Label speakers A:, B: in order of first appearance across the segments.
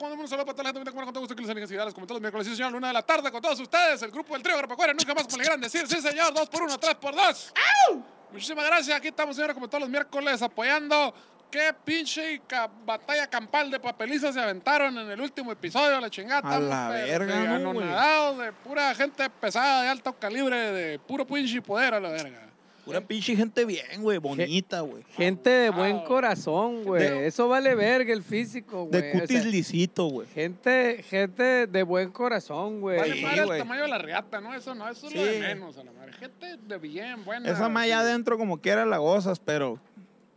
A: un saludo para toda la gente que me con gusto que les felicidad. Los comentarios miércoles, sí, señor, una de la tarde con todos ustedes. El grupo del trío Grapacuera, nunca más como le quieran decir. Sí, señor, dos por uno, tres por dos. Muchísimas gracias. Aquí estamos, señores, como todos los miércoles, apoyando. Qué pinche ca- batalla campal de papelizas se aventaron en el último episodio, la chingada.
B: A la
A: pero-
B: verga,
A: pero
B: ¿no, güey?
A: anonadados de pura gente pesada, de alto calibre, de puro pinche poder, a la verga.
B: Pura pinche gente bien, güey. Bonita, güey.
C: Gente de buen
A: Ah.
C: corazón, güey.
B: De-
C: Eso vale verga el físico, güey.
B: De
C: O sea,
B: cutis lisito, güey.
C: gente, gente de buen corazón, güey.
A: Vale,
B: Sí,
A: madre el
B: güey.
A: tamaño de la reata, ¿no? Eso no, eso es lo
B: Sí.
A: de menos, a la madre. Gente de bien, buena.
B: Esa más allá
A: sí.
B: adentro como quiera la gozas, pero...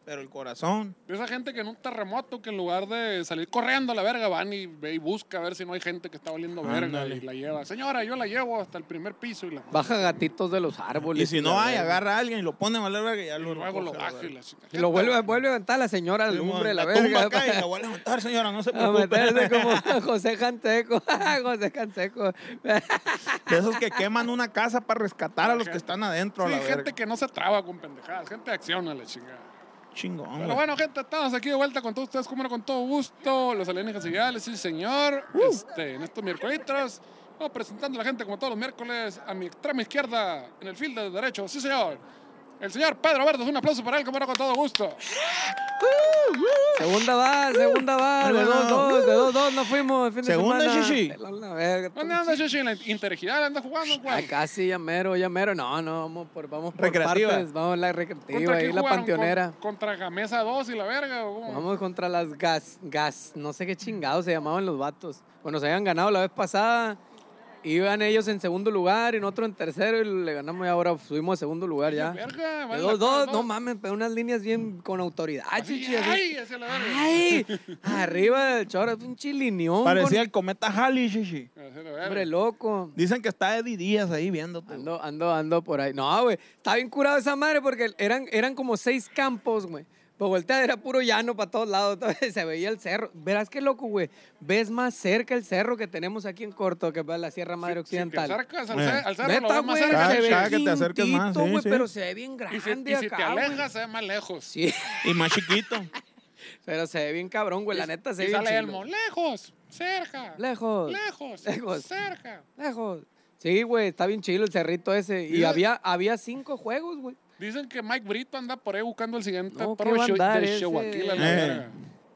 B: Pero el corazón...
A: De Esa gente que en un terremoto, que en lugar de salir corriendo a la verga, van y, ve y busca a ver si no hay gente que está oliendo verga
B: Ándale.
A: y la lleva. Señora, yo la llevo hasta el primer piso y la
C: Baja gatitos de los árboles.
B: Y si no
C: la
B: hay,
C: verga.
B: agarra a alguien y lo pone a valer verga y ya
A: Y
B: lo
A: luego lo
B: recoge, la
A: baja y
B: verga.
A: la chica.
C: Y lo vuelve, vuelve a aventar la señora al lumbre, la,
B: La tumba
C: verga.
B: acá y la vuelve a levantar, señora, no se
C: A
B: preocupe.
C: meterse como José Canseco. José Canseco.
B: De esos que queman una casa para rescatar a los que están adentro, a
A: Sí,
B: la
A: gente
B: verga.
A: que no se traba con pendejadas, gente de acción a la chingada.
B: Chingón,
A: Pero
B: güey.
A: bueno, gente, estamos aquí de vuelta con todos ustedes, como no, con todo gusto. Los alienígenas ideales, sí, señor.
C: Uh.
A: Este, en estos miércoles, vamos presentando a la gente como todos los miércoles a mi extrema izquierda, en el field de derecho, sí, señor. El señor Pedro Verdes, un aplauso para él, como no, con todo gusto.
C: Segunda va, segunda va. De
B: Bueno.
C: 2-2, de 2-2 no fuimos el fin de
B: Segunda,
C: semana.
B: Shishi.
C: La- la verga, tú.
A: ¿Dónde anda Yoshi? ¿En la interregional anda jugando, pues.
C: Ay,
A: güey?
C: casi, ya mero, ya mero. No, no, vamos por, vamos por
B: Recreativa.
C: partes. Vamos la recreativa
A: quién
C: ahí, la
A: jugaron?
C: panteonera.
A: Con- contra Gamesa 2 y la verga. ¿o cómo?
C: Vamos contra las gas, gas, no sé qué chingados se llamaban los vatos. Bueno, se habían ganado la vez pasada, iban ellos en segundo lugar y nosotros en tercero y le ganamos y ahora subimos a segundo lugar ya. De
A: Verga, vale la
C: ah. dos,
A: pena,
C: dos, no mames, pero unas líneas bien con autoridad,
A: Así,
C: chichi, así.
A: ay, hacia la verga.
C: Ay, arriba del chorro, un chilineón.
B: Parecía
C: con-
B: el cometa Halley, shishi.
A: Hacia la verga.
C: Hombre, loco.
B: Dicen que está Eddie Díaz ahí viéndote. güey.
C: Ando, ando, ando por ahí. No, güey. Está bien curado esa madre porque eran, eran como seis campos, güey. Pues voltea, era puro llano para todos lados. entonces se veía el cerro. Verás qué loco, güey. Ves más cerca el cerro que tenemos aquí en Corto, que es la Sierra Madre
A: Si te
C: Occidental.
A: acercas al,
B: Eh.
A: cer- al cerro, lo
C: Neta,
A: ves más
C: güey.
A: cerca.
B: Ah,
C: Se
B: cada
C: ve
B: que te acerques más,
C: quintito,
B: sí,
C: güey,
B: sí.
C: pero se ve bien grande
A: Y si, y si te
C: acá, güey.
A: alejas, se ve más lejos.
C: Sí,
B: Y más chiquito.
C: pero se ve bien cabrón, güey. La neta se
A: y
C: ve bien
A: sale Elmo.
C: chilo.
A: Lejos, cerca.
C: Lejos.
A: Lejos,
C: Lejos.
A: cerca.
C: Lejos. Sí, güey, está bien chido el cerrito ese. Y
A: Mira.
C: había, había cinco juegos, güey.
A: Dicen que Mike Brito anda por ahí buscando el siguiente
C: No,
A: toro
C: ¿qué va a
A: show-
C: andar
A: de
C: ese?
A: Shewaquil a la
B: Eh.
A: verga.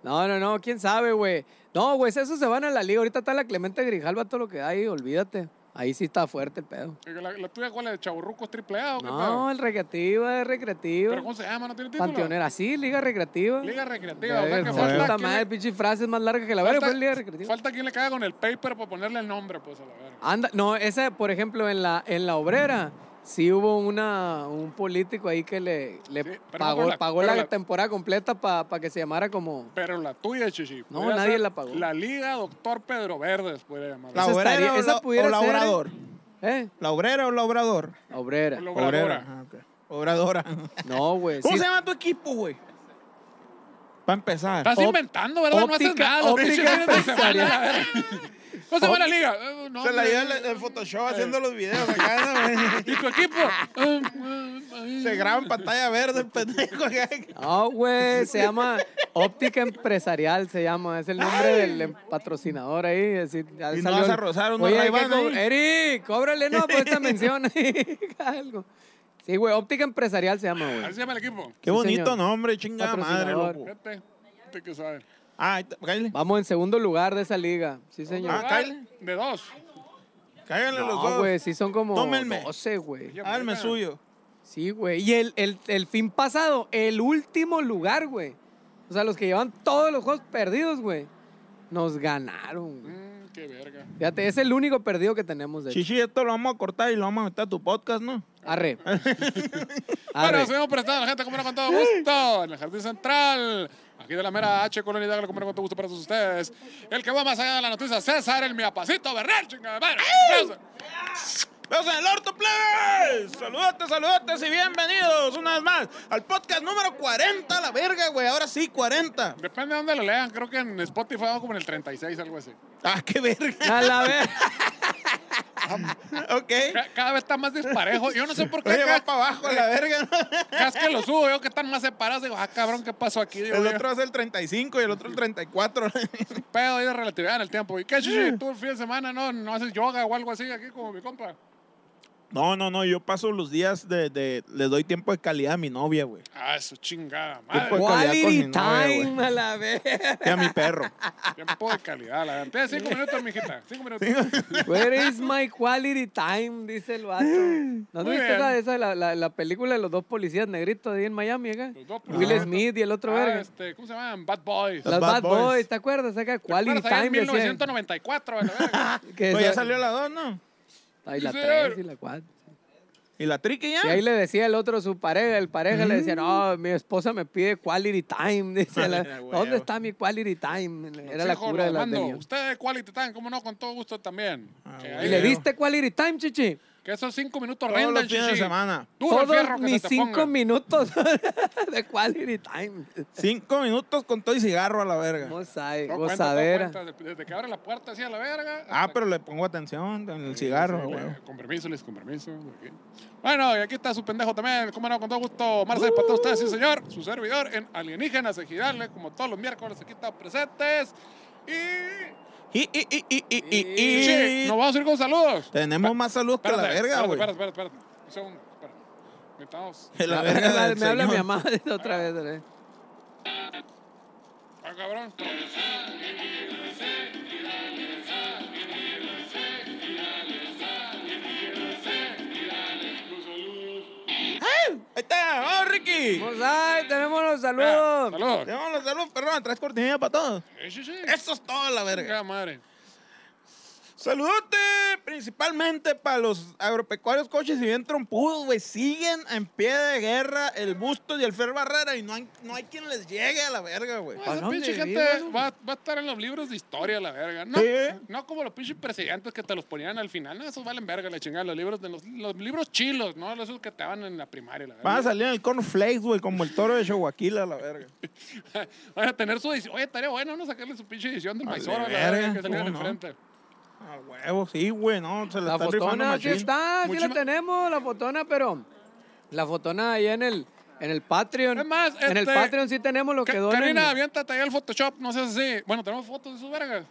C: No, no, no, quién sabe, güey. No, güey, esos se van a la liga. Ahorita está la Clemente Grijalva, todo lo que hay, olvídate. Ahí sí está fuerte el pedo.
A: ¿La, la tuya cuál es? ¿Chaburrucos triple A o qué pedo?
C: No, el recreativa, es recreativa.
A: ¿Pero cómo se llama? ¿No tiene título?
C: Panteonera, sí, liga recreativa.
A: Liga Recreativa. O sea que
C: Verga,
A: falta
C: puta
A: quien le-
C: madre, pinche frase más larga que la verga,
A: falta-
C: fue el liga recreativa.
A: Falta quien le caga con el paper para ponerle el nombre, pues, a la verga.
C: Anda, no, esa, por ejemplo, en la, en la obrera, sí hubo una, un político ahí que le, le
A: Sí, pero
C: pagó,
A: con la-
C: pagó
A: pero
C: la,
A: la-
C: temporada completa para que se llamara como...
A: Pero la tuya, Chichi.
C: No,
A: podría
C: nadie
A: ser
C: la pagó.
A: La Liga Doctor Pedro Verdes, podría llamarla.
B: La
C: Esa
B: obrera
C: estaría-
B: o
C: esa
B: la-
C: pudiera
B: o la
C: ser, ¿eh?
B: obrador.
C: ¿Eh?
B: ¿La obrera o la obrador?
C: La Obrera.
A: La
B: Obrera.
A: Obradora.
B: ajá, ok. Obradora.
C: No, güey.
B: ¿Cómo
C: sí-
B: se llama tu equipo, güey? Para empezar.
A: Estás
C: Op-
A: inventando, ¿verdad? no haces
C: óptica-
A: nada. Los pinches
C: óptica
A: fines de semana,
C: empresaria.
A: la verga. ¿Cómo se llama la Liga? Eh, no,
B: Se la
A: hombre.
B: lleva el, el Photoshop haciendo los videos acá, ¿no, güey?
A: ¿Y tu equipo? Eh, eh, eh,
B: Se graba en pantalla verde el pendejo. acá.
C: No, güey, se llama Óptica Empresarial, se llama. Es el nombre del em- patrocinador ahí. es decir, ya
B: Y no
C: salió
B: vas
C: el-
B: a rozar unos
C: Oye, hay que
B: Ray-Ban
C: co-
B: ahí.
C: Eric, cóbrale, no, por esta mención. ahí, Algo. Sí, güey, Óptica Empresarial se llama,
A: Así
C: güey.
A: se llama el equipo.
B: Qué bonito
C: señor.
B: nombre, chingada madre,
C: Patrocinador.
B: loco.
A: Vete. Vete que sabe.
B: Ah, ahí está, cállale.
C: Vamos en segundo lugar de esa liga. Sí,
B: Ah,
C: señor.
A: Lugar
B: Kyle.
A: De dos.
B: Cállale los
C: No,
B: dos.
C: güey, sí son como
B: Tómenme.
C: 12, güey.
B: Arme suyo.
C: Sí, güey. Y el, el, el fin pasado, el último lugar, güey. O sea, los que llevan todos los juegos perdidos, güey. Nos ganaron, güey.
A: Mm, qué verga.
C: Fíjate, es el único perdido que tenemos de hecho.
B: Chichi, esto lo vamos a cortar y lo vamos a meter a tu podcast, ¿no?
C: Arre.
A: Bueno,
C: Arre.
A: seguimos prestando a la gente como era con todo gusto en el Jardín Central. Aquí de la mera H Colonia Hidalgo, como era con todo gusto para todos ustedes. El que va más allá de la noticia, César, el miapacito, Bernal, chingada madre. Aplausos.
B: ¡Vamos en el Orto Plebes! ¡Saludotes, saludotes y bienvenidos una vez más al podcast número 40, la verga, güey! Ahora sí, 40.
A: Depende de dónde lo lean, creo que en Spotify va como en el 36, algo así.
B: ¡Ah, qué verga!
C: A la vez.
B: ok.
A: Ca- Cada vez está más disparejo. Yo no sé por qué.
B: Oye, va
A: Cada,
B: para abajo la verga, ¿no?
A: cada vez que lo subo, veo que están más separados. Digo, ah, cabrón, ¿qué pasó aquí? Digo,
B: El
A: yo,
B: otro hace el 35 y el otro el 34.
A: pedo ahí de relatividad en el tiempo. ¿Y qué, chichi? ¿Tú el fin de semana no, no haces yoga o algo así aquí como mi compa?
B: No, no, no, yo paso los días de, de le doy tiempo de calidad a mi novia, güey.
A: Ah, su chingada madre.
B: Fue Tiempo- calidad con mi
C: Quality
B: novia, güey.
C: time a la vez.
B: Y a mi perro.
A: Tiempo de calidad, la verdad. Tienes cinco minutos, mijita. Cinco minutos.
C: Where is my quality time? Dice el vato. ¿No has
A: Muy
C: visto
A: bien.
C: esa, esa, la, la, la película de los dos policías negritos ahí en Miami, acá?
A: Los dos
C: Will
A: policías.
C: Smith y el otro
A: Ah,
C: verga.
A: este, ¿Cómo se llaman? Bad Boys.
B: Los
C: Los
B: Bad
C: Bad,
B: Boys.
C: Boys. ¿te acuerdas? Acá Quality
A: ¿Recuerdas allá
C: Time
A: en
C: decían.
A: 1994? a la verga?
C: Que
B: Oye, ya
C: esa-
B: salió la 2, ¿no?
C: Ay, la
A: Sí, señor.
C: 3 y la 4.
B: Y la trique ya.
C: Y ahí le decía el otro, su pareja, el pareja le decía,
A: Mm.
C: no, mi esposa me pide quality time. Dice,
A: Ah,
C: la-
B: Mira, güey,
C: ¿dónde
B: güey.
C: está mi quality time? Era
A: Los
C: la
A: hijos
C: cura de
A: los
C: la
A: mando.
C: tenía.
A: Ustedes, Quality Time, cómo no, con todo gusto también.
B: Ah,
A: que,
B: bueno.
A: ahí-
C: ¿Y le
B: Diego.
C: diste quality time, chichi?
A: que esos cinco minutos
B: Todos los
A: rendan,
B: fines de
A: chichi.
B: semana.
A: Duro el fierro
C: Todos
A: que se
C: mis
A: te
C: cinco
A: ponga.
C: minutos de quality time.
B: Cinco minutos con todo y cigarro a la verga.
C: Vos sabes,
A: No cuenta, todo cuenta,
C: gozadera.
A: Desde desde que abre la puerta así a la verga.
B: Ah,
A: hasta
B: pero le pongo atención con el
A: que-
B: cigarro,
A: sí,
B: güey.
A: le- Con permiso, les con permiso. ok. Bueno, y aquí está su pendejo también. Cómo no, con todo gusto. Marce para todos ustedes, sí, señor. Su servidor en Alienígenas Ejidales, como todos los miércoles aquí están presentes. Y...
B: Y, y, y, y, y, y, y.
A: Chichi, nos vamos a ir con saludos.
B: Tenemos más salud que la
A: Espérate,
B: verga,
A: espérate,
B: güey.
A: Espérate, espérate, espérate. Un segundo, espérate. Metamos.
B: Que La
C: Me
B: verga
C: habla-
B: del
C: me habla mi
B: señor.
C: mamá otra vez. ¿eh? otra vez.
A: Ah, cabrón.
B: Ahí está, vamos, Ricky.
C: Vos sabes, tenemos los
A: Ya,
C: saludos.
A: Saludos.
B: Tenemos los saludos, perrón. Traes cortinilla para todos.
A: Sí, sí, sí.
B: Eso es todo, la verga.
A: Venga, madre.
B: Saludote principalmente para los agropecuarios coches y bien trompudos, güey. Siguen en pie de guerra el busto y el Fer Barrera y no hay, no hay quien les llegue a la verga, güey.
A: Esa
C: dónde
A: Pues, pinche gente
C: vivimos, güey?
A: va, va a estar en los libros de historia, la verga. No,
B: Sí.
A: no como los pinches presidentes que te los ponían al final. No, esos valen verga, la chingada. Los libros, de los, los libros chilos, ¿no? Esos que te daban en la primaria, la
B: Van a
A: verga.
B: salir en el cornflakes, güey, como el toro de Chihuahua, a la verga.
A: Van a tener su edición. Oye, estaría bueno, vamos a sacarle su pinche edición del
B: Vale,
A: Maizoro, la
B: verga,
A: verga, que
B: ¿cómo
A: salían
B: no?
A: enfrente.
B: A huevo, sí, güey, no, se la,
C: La
B: están rifando
C: fotona, sí
B: machín.
C: está, sí la
A: Muchísima-
C: tenemos, la fotona, pero la fotona ahí en el, en el Patreon.
A: Es más,
C: en el
A: este,
C: Patreon sí tenemos lo que
A: Ca-
C: donen.
A: Karina, aviéntate ahí al Photoshop, no seas así. Bueno, tenemos fotos de sus vergas.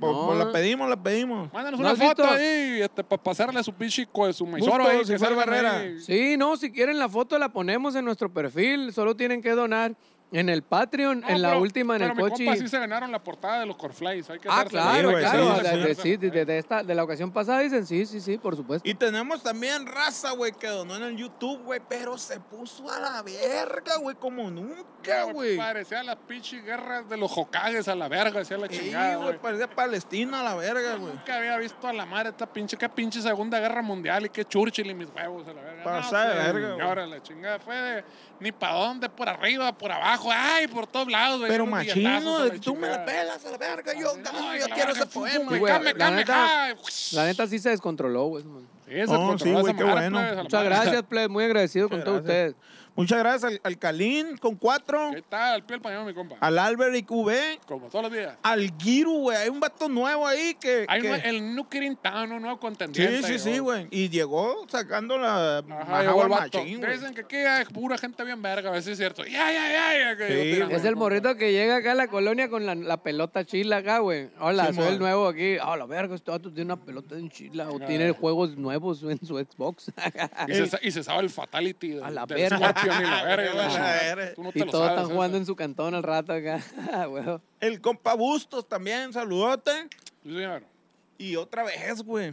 B: Pues-
C: No.
B: pues la pedimos, la pedimos.
A: Mándanos
C: ¿No
A: una
C: has
A: foto
C: visto?
A: ahí este, para pasarle su pinche co- su maizoro
B: Gusto,
A: ahí.
B: sin
A: Que
B: ser
A: salga
B: barrera.
C: Sí, no, si quieren la foto la ponemos en nuestro perfil, solo tienen que donar en el Patreon,
A: No,
C: en la
A: pero-
C: última, en el
A: Pero mi compa
C: coche.
A: sí se ganaron la portada de los Corflays. Hay que
C: Ah,
A: hacerse-
C: claro,
B: Sí, güey,
C: claro,
B: sí,
C: de- de-
A: hacerse-
C: sí, de, de esta, de la ocasión pasada dicen sí, sí, sí, por supuesto.
B: Y tenemos también raza, güey, que donó en el YouTube, güey, pero se puso a la verga, güey, como nunca, güey.
A: Parecía las pinches guerras de los Hokages a la verga, decía la
B: Sí,
A: chingada, güey.
B: güey, parecía Palestina a la verga, güey.
A: Nunca había visto a la madre esta pinche, qué pinche Segunda Guerra Mundial y qué Churchill y mis huevos a la verga.
B: Pasada de
A: sí,
B: verga, güey.
A: señora, la chingada fue de ni para dónde, por arriba, por abajo, ay, por todos lados, güey.
B: Pero
A: unos billetazos
B: machino,
A: a
B: de
A: la
B: que tú me la
A: chingada.
B: pelas a la verga, yo,
A: Ay,
B: gano,
A: ay,
B: yo
A: la
B: quiero
A: verga,
B: ese
A: pum, pum,
B: poema.
A: güey,
C: güey,
A: came,
C: la
A: came,
C: neta-
A: ay.
C: La neta sí se descontroló, güey. man.
A: Sí, se
B: No,
A: controló
B: sí,
A: esa
B: güey, qué
A: madre,
B: bueno.
A: plebes, a la
C: Muchas
A: madre.
C: gracias, plebe, muy agradecido con
B: Muchas
C: todos
B: gracias.
C: ustedes.
B: Muchas gracias al, al Calín con cuatro,
A: ¿Qué tal? El pie del pañuelo, mi compa.
B: al Albert QV,
A: Como todos los días.
B: al Giru, güey. Hay un vato nuevo ahí que.
A: Hay
B: que-
A: un- el Nukerin Town, un nuevo
B: Sí,
A: contendiente.
B: sí, sí,
A: ¿no?
B: güey. Y llegó sacando la
A: Ajá, llegó
B: majagua
A: el vato.
B: machín, güey.
A: Dicen que aquí hay pura gente bien verga, a ver si es cierto. Ya, ya, ya, ya. que
B: Sí,
A: yo tirando,
B: güey.
C: Es el
A: compa.
C: morrito que llega acá a la colonia con la, la pelota chila acá, güey. Hola,
B: Sí,
C: soy
B: mon.
C: el nuevo aquí. Ah, la verga, este vato tiene una pelota en chila o tiene juegos nuevos en su Xbox.
A: Y se, sa- y se sabe el fatality de,
C: ah, A la
A: del
C: verga.
A: Scorpion y la verga.
B: A la verga.
A: Tú no te
C: y
A: lo
C: todos
A: sabes,
C: están jugando
A: ¿eh?
C: en su cantón al rato acá. Ah, güey.
B: El compa Bustos también, saludote.
A: Sí, señor.
B: Y otra vez, güey.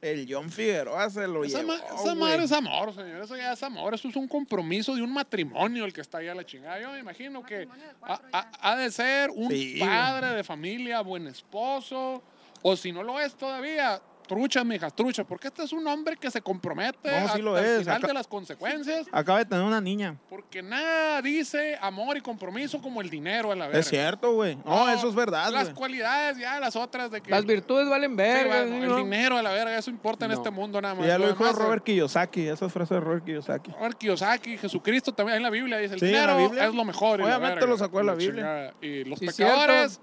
B: El John Figueroa se lo
A: Esa,
B: llevó,
A: ma- esa
B: güey.
A: madre es amor, señor. Eso ya es amor. Eso es un compromiso de un matrimonio el que está ahí a la chingada. Yo me imagino que ha, ha- ha de ser un
B: Sí, güey.
A: padre de familia, buen esposo. O si no lo es todavía, trucha, mijas, trucha. Porque este es un hombre que se compromete
B: No, sí
A: hasta
B: lo
A: el
B: es.
A: final
B: Acá-
A: de las consecuencias.
B: Acaba de tener una niña.
A: Porque nada dice amor y compromiso como el dinero a la verga.
B: Es cierto, güey. No, eso es verdad,
A: Las
B: güey.
A: cualidades ya, las otras de que...
C: Las virtudes valen
A: Sí,
C: verga.
A: bueno,
C: ¿sí,
A: el
C: no?
A: dinero a la verga, eso importa en
C: No.
A: este mundo nada más.
B: Y ya lo dijo
A: demás,
B: Robert Kiyosaki, esa es frase de Robert Kiyosaki.
A: Robert Kiyosaki, Jesucristo también ahí en la Biblia dice, el
B: Sí, en la
A: dinero
B: Biblia.
A: es lo mejor. y la
B: Obviamente
A: verga,
B: lo sacó de la Biblia.
A: chingada. Y los pues,
C: Sí,
A: pecadores,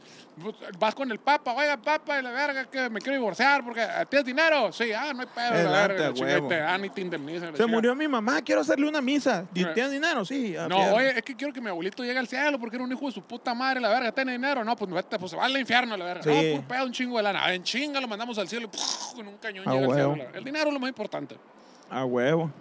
A: vas con el Papa, oiga, Papa, y la verga, que me quiero divorciar porque eh, ¿Tienes dinero? Sí, ah, no hay pedo. la
B: Adelante,
A: verga,
B: a
A: la chingada,
B: huevo.
A: y te dan y te indemnizan. la
B: Se
A: chingada.
B: murió mi mamá, quiero hacerle una misa. ¿Ti-
A: Eh.
B: ¿Tienes dinero? Sí. a
A: No,
B: fierro.
A: oye, es que quiero que mi abuelito llegue al cielo porque era un hijo de su puta madre, la verga, tiene dinero. No, pues, vete, pues se va al infierno, la verga.
B: Sí.
A: No, puro pedo, un chingo de lana. En chinga lo mandamos al cielo y ¡puf! con un cañón
B: Ah,
A: llega al cielo.
B: huevo.
A: la- El dinero es lo más importante.
B: A huevo.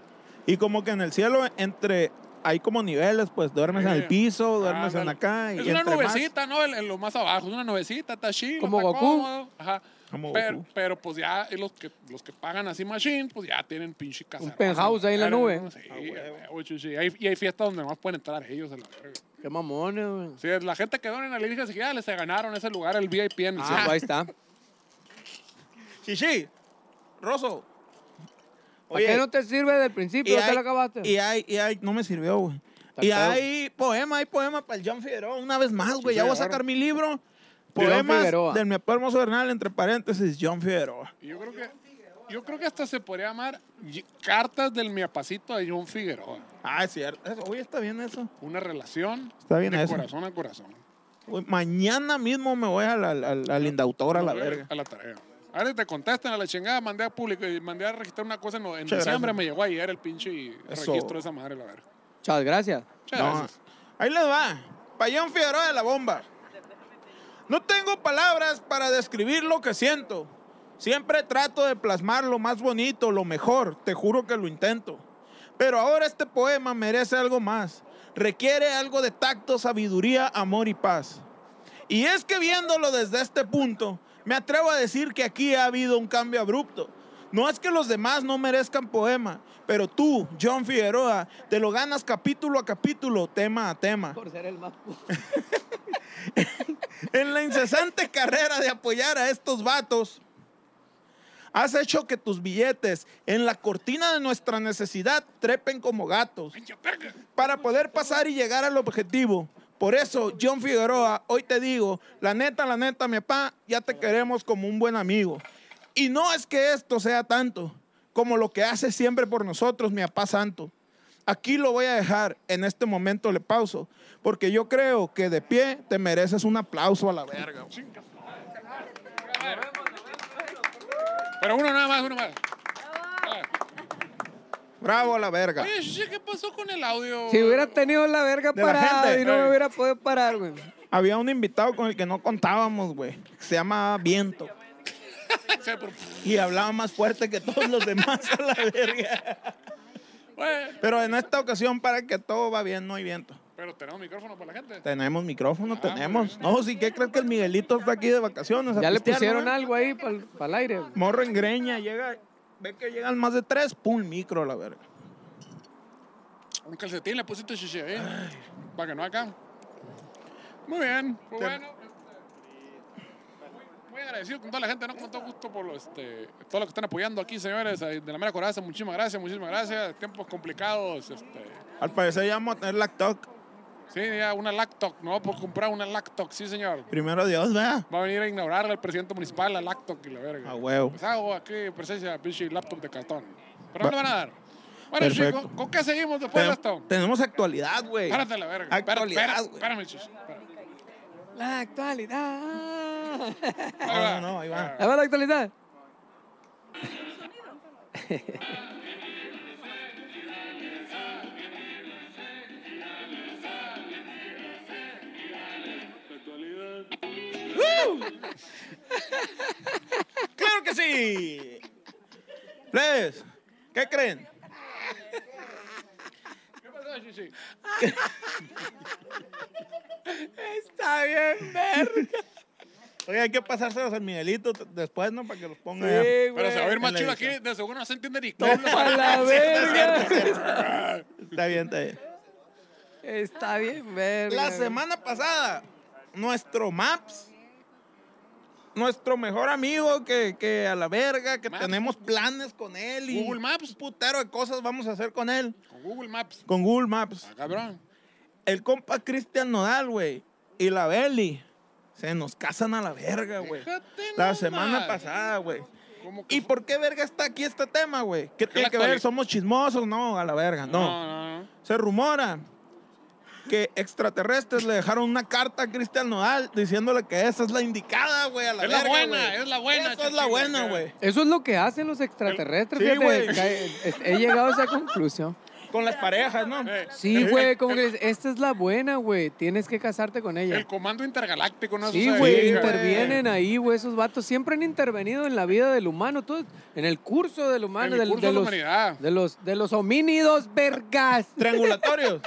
B: Y como que en el cielo, entre. Hay como niveles, pues duermes en el
A: Sí.
B: piso, duermes en
A: Ándale.
B: acá. Y
A: Es una
B: entre más-
A: nubecita, ¿no? En, en lo más abajo, es una nubecita, está chido.
C: Como
A: está
C: Goku.
A: cómodo. Ajá.
B: Como
A: pero,
B: Goku.
A: pero pues ya y los que, los que pagan así machine, pues ya tienen pinche casa.
C: penthouse ahí en la nube.
A: Sí,
B: Ah, huevo.
A: a huevo, chuchi. Y hay, y hay fiestas donde más pueden entrar ellos. a la verga.
C: Qué mamones, güey.
A: Sí, la gente que dona en Alienígenas Ejidales se ganaron ese lugar, el VIP en el
C: Ah,
A: cielo.
C: ahí está.
B: Shishi, Rosso.
C: ¿Por qué no te sirve desde el principio? Ya te lo acabaste.
B: Y hay, y hay, no me sirvió, güey.
C: Está
B: Y
C: feo.
B: hay poema, hay poema para el John Figueroa, una vez más, güey.
C: Sí,
B: ya voy a
C: señor.
B: sacar mi libro.
C: John
B: Poemas
C: Figueroa.
B: del mi hermoso Bernal, entre paréntesis, John Figueroa.
A: Y Yo creo que yo creo que hasta se podría llamar y- Cartas del Miapacito de John Figueroa.
B: Ah, es cierto. Eso- Oye, está bien eso.
A: Una relación
B: Está bien
A: de
B: eso.
A: corazón a corazón.
B: Güey, mañana mismo me voy al, al, al- al indautor a la verga.
A: A la tarea. Ahora te contestan a la chingada, mandé a público y mandé a registrar una cosa en, en
B: Muchas
A: diciembre,
B: gracias.
A: me llegó ayer el pinche
B: Eso.
A: registro de esa madre, la verga.
C: Muchas gracias.
A: Muchas
B: No.
A: gracias.
B: Ahí les va. Payón Figueroa de la bomba. No tengo palabras para describir lo que siento. Siempre trato de plasmar lo más bonito, lo mejor. Te juro que lo intento. Pero ahora este poema merece algo más. Requiere algo de tacto, sabiduría, amor y paz. Y es que viéndolo desde este punto, me atrevo a decir que aquí ha habido un cambio abrupto. No es que los demás no merezcan poema, pero tú, John Figueroa, te lo ganas capítulo a capítulo, tema a tema.
C: Por ser el más
B: En la incesante carrera de apoyar a estos vatos, has hecho que tus billetes en la cortina de nuestra necesidad trepen como gatos
A: Pinche verga.
B: para poder pasar y llegar al objetivo. Por eso, John Figueroa, hoy te digo, la neta, la neta, mi papá, ya te queremos como un buen amigo. Y no es que esto sea tanto como lo que hace siempre por nosotros, mi papá santo. Aquí lo voy a dejar, en este momento le pauso, porque yo creo que de pie te mereces un aplauso a la verga. güey.
A: Pero uno nada más, uno más. Ah.
B: Bravo a la verga.
A: Oye, Shishi, ¿qué pasó con el audio?
C: Si hubiera tenido la verga
B: De la
C: parada
B: gente,
C: y no
B: eh.
C: me hubiera podido parar, güey.
B: Había un invitado con el que no contábamos, güey. que Se llama Viento.
A: Sí, por-
B: Y hablaba más fuerte que todos los demás a la verga.
A: Güey,
B: Pero en esta ocasión, para que todo va bien, no hay viento.
A: Pero tenemos micrófono para la gente.
B: Tenemos micrófono,
A: Ah,
B: tenemos. No, si qué crees que el Miguelito está aquí de vacaciones. a
C: Ya le
B: pistear,
C: pusieron
B: ¿no?
C: algo ahí para el aire. güey.
B: Morro en greña, llega, ve que llegan más de tres, pum, micro a la verga.
A: Un calcetín le pusiste Shishi ahí. Para que no acá. Muy bien. Pues
B: Te-
A: bueno. este, muy- Muy agradecido con toda la gente, ¿no? Con todo gusto por lo, este, todo lo que están apoyando aquí, señores. ahí, De la mera coraza, muchísimas gracias, muchísimas gracias. Tiempos complicados, este.
B: Al parecer ya vamos a tener lactoc.
A: Sí, ya una lactoc, ¿no? Por comprar una lactoc, sí, señor.
B: Primero Dios, vea.
A: Va a venir a inaugurarla el presidente municipal, la lactoc y la verga.
B: A huevo.
A: Pues hago aquí presencia de pinche laptop de cartón. Pero no lo
B: Va-
A: van a dar. Bueno,
B: Perfecto.
A: chicos, ¿con qué seguimos después de esto?
B: Ten- Tenemos actualidad, güey.
A: Espérate la verga. Espérate,
B: Actualidad,
A: espérate,
B: güey.
A: espérame, chis. espérame.
C: La actualidad.
A: Ahí va.
B: No, no, no, ahí va.
C: ¿Ya va la actualidad?
B: ¡Claro que sí! Plebes, ¿qué creen?
A: ¿Qué pasó, Chichi?
C: Está bien, verga.
B: Oye, hay que pasárselos al Miguelito t- después, ¿no? Para que los ponga. ya.
C: Sí,
A: Pero se va a
C: güey.
A: oír más
B: en la
A: chido aquí,
B: edición.
A: de seguro no se entiende ni cómo.
C: Topa la verga.
B: Está bien, está bien.
C: Está bien, verga.
B: La
C: güey.
B: semana pasada, nuestro Maps, nuestro mejor amigo que, que a la verga, que
A: Maps.
B: tenemos planes con él y
A: Google Maps.
B: un putero de cosas vamos a hacer con él,
A: Con Google Maps.
B: con Google Maps.
A: Ah, cabrón.
B: El compa Cristian Nodal, güey, y la Beli se nos casan a la verga, güey.
A: Déjate
B: La
A: nomás.
B: semana pasada, güey.
A: ¿Cómo que-
B: ¿Y por qué verga está aquí este tema, güey?
A: Porque
B: ¿Qué tiene
A: la
B: que ver?
A: actuali-
B: ¿Somos chismosos? No, a la verga, no.
A: No, no, no.
B: Se rumora que extraterrestres le dejaron una carta a Cristian Nodal diciéndole que esa es la indicada, güey, a la
A: Es la
B: verga,
A: buena,
B: güey.
A: es la buena,
B: Esa es la
A: Chachín,
B: buena,
A: acá.
B: güey.
C: Eso es lo que hacen los extraterrestres.
B: Sí,
C: fíjate,
B: güey.
C: cae- es- he llegado a esa conclusión.
B: Con las parejas, ¿no?
A: Eh,
C: Sí,
A: el-
C: güey,
A: el-
C: como
A: el-
C: que dices, esta es la buena, güey. Tienes que casarte con ella.
A: El comando intergaláctico, ¿no?
C: Sí,
A: Eso
C: güey,
A: sabe,
C: intervienen ahí, güey, esos vatos siempre han intervenido en la vida del humano, todo, en el curso del humano,
A: En el
C: del-
A: curso
C: de,
A: de la
C: los,
A: humanidad.
C: de los de los homínidos vergas
B: Triangulatorios.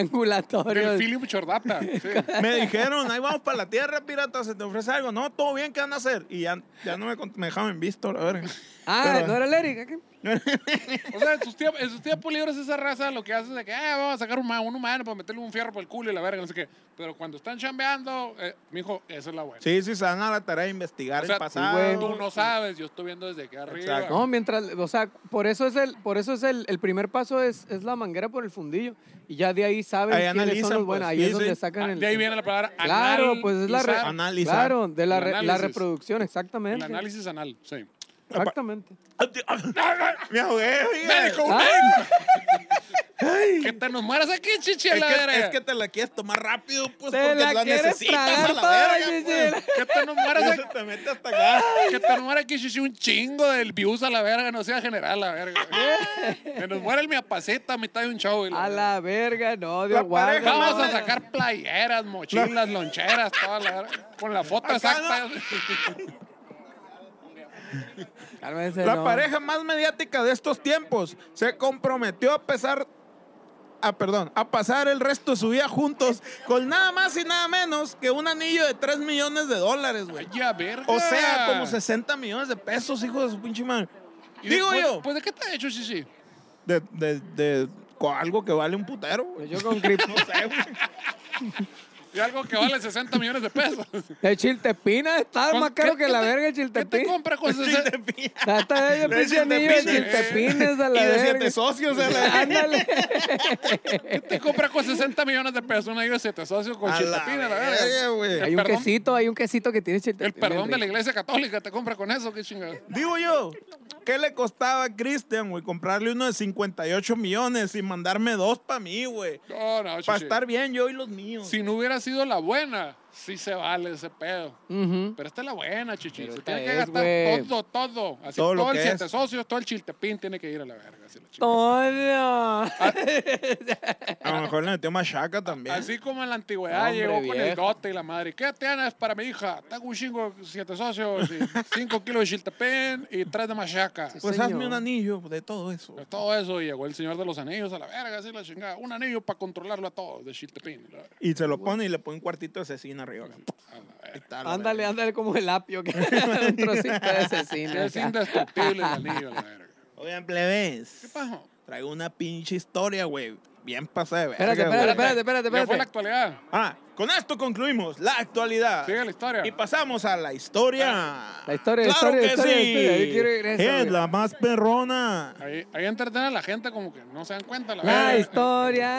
A: Del
C: triangulatorios.
A: Philip Chordata. sí.
B: Me dijeron, ahí vamos para la tierra, pirata, se te ofrece algo. No, todo bien, ¿qué van a hacer? Y ya, ya no me, cont- me dejaban en visto, la verga.
C: Ah,
B: Pero-
C: no era el Eric. ¿qué?
A: O sea, en sus, tiemp- en sus tiempos libres esa raza lo que hace es de que ah, vamos a sacar un, ma- un humano para meterle un fierro por el culo y la verga, no sé qué. Pero cuando están chambeando, eh, mijo, esa es la buena.
B: Sí, sí, se dan a la tarea de investigar
A: o sea,
B: el pasado.
C: güey.
A: tú no sabes, yo estoy viendo desde aquí arriba.
B: Exacto.
C: No, mientras, o sea, por eso es el, por eso es el, el primer paso es, es la manguera por el fundillo y ya de ahí saben
B: Ahí
C: quiénes
B: analizan,
C: son los
B: pues,
C: buenos, ahí
B: sí,
C: es donde
B: sí.
A: Ah,
C: sacan el
A: de ahí viene la palabra
C: Claro,
A: analizar,
C: pues es la re-
B: Analizar.
C: Claro, de la, re- la
A: Análisis.
C: reproducción, exactamente.
A: el análisis anal, sí.
C: Exactamente.
B: Me ahogué, oiga.
A: ¡Médico!
C: Ah.
A: ven! ¡Que te nos mueras aquí, chichi, a
B: Es
A: la verga!
B: que, es que te la quieres tomar rápido, pues,
C: Te
B: porque
C: la
B: la
C: quieres
B: necesitas a
C: tragar
B: la
C: toda,
B: verga, pues.
C: Gisela.
A: Que te Ah, nos mueras
B: Eso
A: aquí,
B: te mete hasta acá.
A: que te nos muera aquí, chichi, un chingo del views a la verga, no sea general, a la verga. que nos muera el miapaceta a mitad de un show. y la
C: A
A: verga.
C: la verga, no,
B: La
C: Dios guarde.
B: pareja
A: Vamos
B: No,
A: a
B: no.
A: sacar playeras, mochilas, loncheras, toda la verga, con la foto
B: Acá
A: exacta.
C: Cálmense,
B: La
C: no.
B: pareja más mediática de estos tiempos se comprometió a pesar. Ah, perdón, a pasar el resto de su vida juntos con nada más y nada menos que un anillo de 3 millones de dólares, güey.
A: Ay, a verga.
B: O sea, como 60 millones de pesos, hijo de su pinche madre.
A: Ah. Y
B: Digo
A: después-
B: yo,
A: Pues de qué te ha hecho, chichi.
B: de, de, de co- algo que vale un putero,
C: Pues
B: güey.
C: Yo con cripto.
B: No sé, güey.
A: Y algo que vale 60 millones de pesos.
C: El chiltepina está más
A: ¿Qué-
C: caro que
A: qué
C: la
A: te-
C: verga el
A: ¿Qué te
C: chiltepina.
A: compra con
B: Sí,
A: 60?
B: te pilla.
C: Hasta de
B: De
C: pinche anillo
B: siete
C: de
B: pines.
C: chiltepines a la
B: y de
C: verga.
B: siete socios a la verga.
C: Ándale.
A: ¿Qué te compra con 60 millones de pesos? Una iglesia te socio con
B: A la
A: chiltepina, la verga.
B: verga, güey.
C: Hay un
A: perdón-
C: quesito, hay un quesito que tiene
A: El
C: chiltepina.
A: perdón de la
C: Enrique.
A: iglesia católica te compra con eso, qué chingada.
B: Digo yo, ¿qué le costaba a Christian, güey, comprarle uno de 58 millones y mandarme dos para mí, güey?
A: No, no,
B: Para
A: chichi.
B: estar bien yo y los míos.
A: Si no hubiera sido la buena, sí se vale ese pedo.
C: Ujú.
A: Pero esta es la buena, chichi.
C: Pero
A: Se
C: esta
A: tiene que
C: es,
A: gastar
C: güey.
A: todo, todo. Así
B: Todo
A: todo,
B: lo
A: el
B: que
A: siete
B: es.
A: socios, todo el chiltepín tiene que ir a la verga. así la chica.
C: Toño.
B: Ah, A lo mejor le metió machaca también.
A: Así como en la antigüedad
C: ¿Eh? Hombre,
A: llegó con el
C: viejo.
A: dote y la madre. ¿Qué tienes para mi hija? Tengo un chingo de siete socios, 5 kilos de chiltepín y 3 de machaca.
B: pues
C: señor.
B: hazme un anillo de todo eso.
A: Pues todo eso y llegó el señor de los anillos a la verga, así la chingada. Un anillo para controlarlo a todos de chiltepín. la verga.
B: Y se lo pone y le pone un cuartito de asesina arriba. Ahí está, la
C: Ándale,
B: verga.
C: ándale como el apio que un trocito de asesino.
A: Es indestructible el anillo, la verga.
B: Oigan,
A: ¿Qué
B: plebes.
A: pasó?
B: Traigo una pinche historia, güey. Bien pasada de verga,
C: Espérate,
B: güey.
C: espérate, espérate, espérate,
A: Ya fue la
C: espérate.
A: actualidad.
B: Ah, con esto concluimos la actualidad.
A: Sigue la historia.
B: Y pasamos a la historia.
C: La historia, la
B: claro
C: historia, la
B: que
C: historia, la historia.
B: sí.
C: Yo quiero ir a eso,
B: es
C: güey.
B: la más perrona.
A: Ahí, ahí entretiene a la gente como que no se dan cuenta, la
C: La
B: Eh.
A: verga.
C: historia.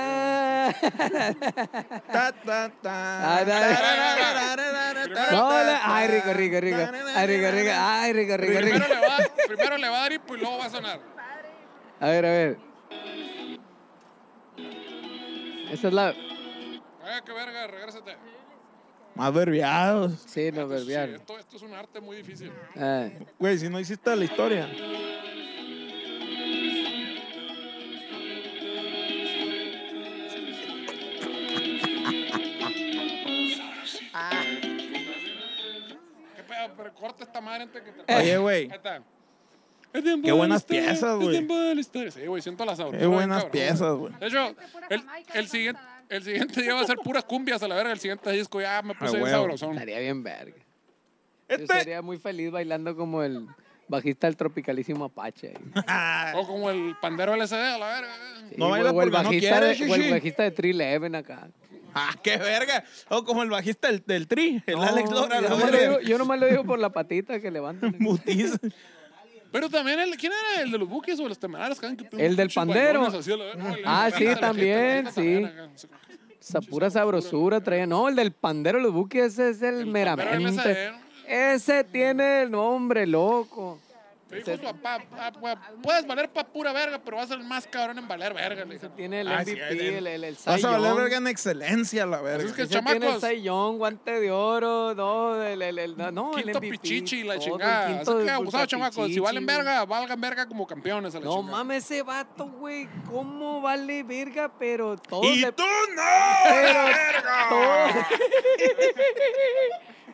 B: Ta, ta, ta.
C: Ah, da, da, da, No, la- ay, rico, rico, rico. Ay, rico, rico. Ay, rico, rico,
A: Primero
C: rico.
A: le, va, primero le va a dar hipo y pues, luego va a sonar.
C: A ver, a ver. Esa es la.
A: Ay, Ah, qué verga, regrésate.
B: Más verbiados.
C: Sí, no,
A: Sí,
C: verbiar.
A: esto, esto es un arte muy difícil.
C: Ah.
B: Güey, si no hiciste la historia.
A: ¿Qué pedo? Pero corta esta madre antes que te...
B: Oye, güey.
A: Ahí está. Es tiempo
B: Qué
A: de la
B: buenas
A: historia,
B: piezas,
A: Es
B: güey.
A: tiempo de la historia. Sí, güey, siento las sabrosura.
B: Qué
A: bien
B: buenas
A: cabrón,
B: piezas, güey.
A: De hecho, el, el siguiente, el siguiente día va a ser puras cumbias a la verga. El siguiente disco ya me puse
B: Ah,
A: bien
B: güey.
A: sabrosón.
C: Estaría bien verga. Yo
B: Este.
C: estaría muy feliz bailando como el bajista del tropicalísimo Apache.
B: Ah,
A: O como el pandero LCD a la verga.
C: Sí,
B: No
C: o-
B: baila
C: o el
B: porque no
C: bajista
B: quiere,
C: de, o el
B: Shishi.
C: bajista de 311 acá.
B: ah, qué verga. O como el bajista del, del tri, el
C: No,
B: Alex Lora.
C: yo,
B: La
C: nomás lo
B: verga.
C: digo, yo nomás lo digo por la patita que levanta.
B: Mutiza.
A: Pero también, el, ¿quién era? ¿El de los buques o los temerarios? que eran que
C: El del
A: pinches
C: pandero.
A: bailones así a la verga, güey,
C: Ah,
A: la
C: sí,
A: verga, la
C: también,
A: gente,
C: sí.
A: la verga, no sé cómo.
C: Esa pura sabrosura traía. No, el del pandero de los buques, ese es el,
A: El pandero del
C: meramente.
A: SAE.
C: Ese tiene el nombre, loco.
A: Le dijo su papá, "Ah, güey, puedes valer pa' pura verga, pero vas a ser el más cabrón en valer verga, le dije.
C: Tiene el
B: Ah, sí,
C: MVP,
B: ahí
C: el,
B: tiene.
C: el, el
B: Vas
C: Cy
B: a valer
C: Young.
B: verga en excelencia, la
C: Pues
B: verga.
A: Así es que,
C: Ese tiene el
A: chamacos.
C: Cy Young, guante de oro, no, el, el, el- no, el
A: Quinto
C: MVP,
A: pichichi y la
C: todo, el
A: chingada.
C: quinto
A: Así que
C: del
A: abusado, chamacos. Si
C: Pichichi,
A: valen
C: güey.
A: verga, valgan verga como campeones a la
C: No
A: chingada.
C: mames, ese vato, güey, cómo vale verga, pero todos
B: ¡Y
C: le-
B: tú no!
C: Pero
B: verga!
C: todos-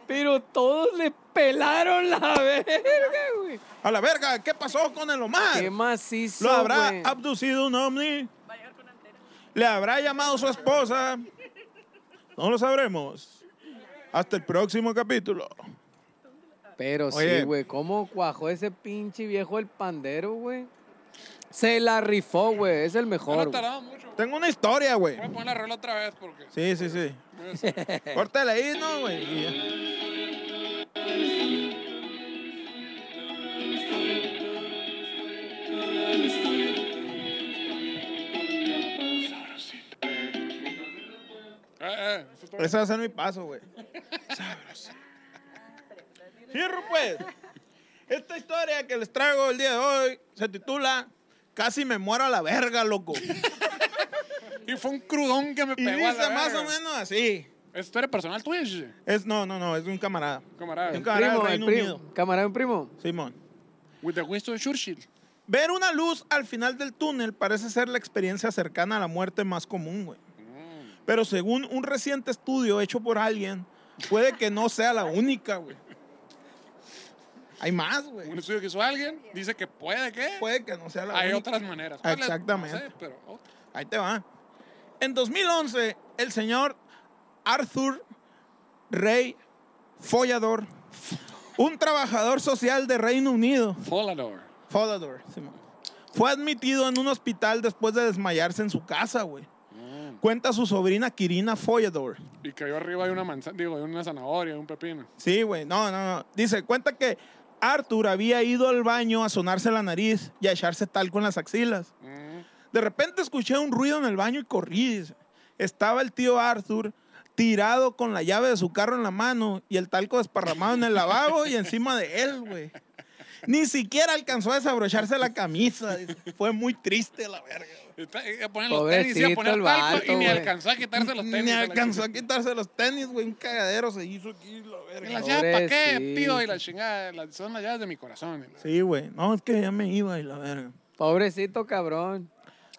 C: pero todos le pelaron la verga, güey.
B: A la verga, ¿qué pasó con el Omar?
C: Qué macizo,
B: ¿Lo habrá
C: güey.
B: abducido un ovni? ¿Le habrá llamado su esposa? No lo sabremos. Hasta el próximo capítulo.
C: Pero
B: Oye.
C: sí, güey, cómo cuajó ese pinche viejo el pandero, güey. Se la rifó, güey, es el
A: No
C: mejor.
A: lo
C: güey.
A: tardaron mucho. güey.
B: Tengo una historia, güey.
A: Voy a poner la regla otra vez porque.
B: Sí, sí, sí. Córtale ahí, ¿no, güey? Y ya.
A: Eh, eh, eso es todo.
B: Ese va a ser mi paso, güey. Sabroso. Cierro, pues. Esta historia que les traigo el día de hoy se titula Casi me muero a la verga, loco.
A: Y fue un crudón que me
B: Y
A: pegó. a la
B: dice más
A: verga.
B: o menos así.
A: ¿Es historia personal tuya, Gigi?
B: Es, no, no, no, es de un camarada.
A: Camarada.
B: De un camarada
C: Primo,
B: del
C: el
B: Reino
C: primo.
B: Unido.
C: Camarada, un primo.
B: Simón.
A: With the Winston Churchill.
B: Ver una luz al final del túnel parece ser la experiencia cercana a la muerte más común, güey. Pero según un reciente estudio hecho por alguien, puede que no sea la única, güey. Hay más, güey.
A: Un estudio que hizo alguien dice que puede que.
B: Puede que no sea la
A: Hay
B: única.
A: otras maneras. ¿Cuáles?
B: Exactamente.
A: No sé, pero otra.
B: Ahí te va. En 2011, el señor Arthur Rey Follador, un trabajador social de Reino Unido,
A: Follador.
B: Follador, Simón, fue admitido en un hospital después de desmayarse en su casa, güey. Cuenta su sobrina Kirina Follador.
A: Y cayó arriba de una manzana, digo, de una zanahoria, de un pepino.
B: Sí, güey, no, no, no. Dice, cuenta que Arthur había ido al baño a sonarse la nariz y a echarse tal con las axilas.
A: Mm.
B: De repente escuché un ruido en el baño y corrí. dice. Estaba el tío Arthur tirado con la llave de su carro en la mano y el talco desparramado en el lavabo y encima de él, güey. Ni siquiera alcanzó a desabrocharse la camisa. dice. Fue muy triste la verga. güey.
A: Está- iba a poner los tenis,
C: Pobrecito
A: iba a poner
C: el
A: talco y
C: vato,
A: ni
C: güey.
A: alcanzó a quitarse los tenis.
B: Ni
A: a la
B: alcanzó a
A: chingada.
B: quitarse los tenis, güey. Un cagadero se hizo aquí, la verga.
A: Y las llaves, ¿para qué,
C: Pobrecito.
A: tío? Y la chingada, las- son las llaves de mi corazón. y la-
B: Sí, güey. No, es que ya me iba y la verga.
C: Pobrecito cabrón.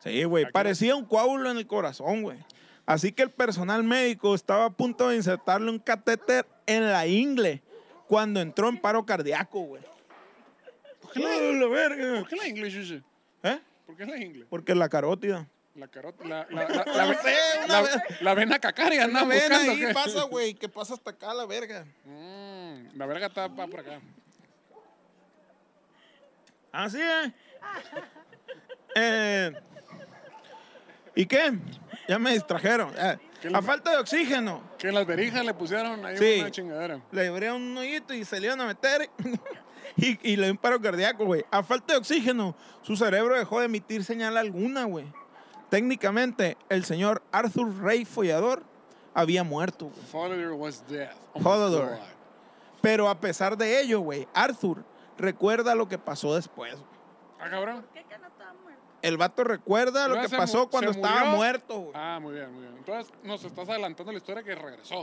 B: Sí, güey. Parecía un coágulo en el corazón, güey. Así que el personal médico estaba a punto de insertarle un catéter en la ingle cuando entró en paro cardíaco, güey. ¿Por qué la verga?
A: ¿Por qué la inglés, Gigi?
B: ¿Eh?
A: ¿Por qué la inglés?
B: Porque la carótida.
A: La carota, la, la, la, la,
B: No sé, una
A: la,
B: vez-
A: la vena cacaria,
B: Una
A: anda
B: vena
A: buscando.
B: ahí
A: ¿qué?
B: pasa, güey, que pasa hasta acá la verga.
A: Mm, la verga está pa- por acá.
B: Así es. Eh, ¿Y qué? Ya me distrajeron. Eh,
A: ¿Qué le-
B: a falta de oxígeno,
A: Que las berijas le pusieron ahí
B: Sí.
A: una chingadera.
B: le abrieron un hoyito y se le iban a meter y, y le dio un paro cardíaco, güey. A falta de oxígeno, su cerebro dejó de emitir señal alguna, güey. Técnicamente, el señor Arthur Rey Follador había muerto, güey.
A: Follower was death. Oh my
B: Follower.
A: God.
B: Pero a pesar de ello, güey, Arthur recuerda lo que pasó después. güey.
A: Ah, cabrón.
D: ¿Qué que no estaba muerto?
B: El vato recuerda lo
A: Luego
B: que
A: se mu-
B: pasó cuando
A: se
B: estaba
A: murió.
B: muerto, güey.
A: Ah, muy bien, muy bien. Entonces nos estás adelantando la historia que regresó.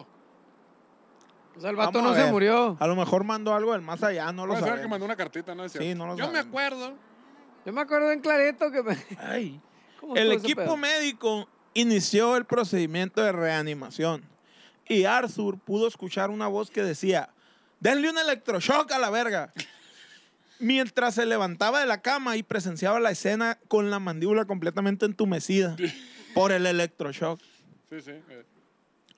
C: O sea, el vato
B: Vamos a
C: no se
B: ver.
C: murió.
B: A lo mejor mandó algo del más allá, no lo
A: Puede ser que
B: sabemos.
A: mandó una cartita, ¿no? Decía,
B: Sí, no lo
A: Yo me
B: sabemos.
A: acuerdo.
C: Yo me acuerdo en Clareto que me...
B: Ay.
C: ¿Cómo
B: El
C: estuvo ese
B: equipo
C: pedo?
B: médico inició el procedimiento de reanimación y Arthur pudo escuchar una voz que decía, denle un electroshock a la verga. Mientras se levantaba de la cama y presenciaba la escena con la mandíbula completamente entumecida por el electroshock.
A: Sí, sí. eh,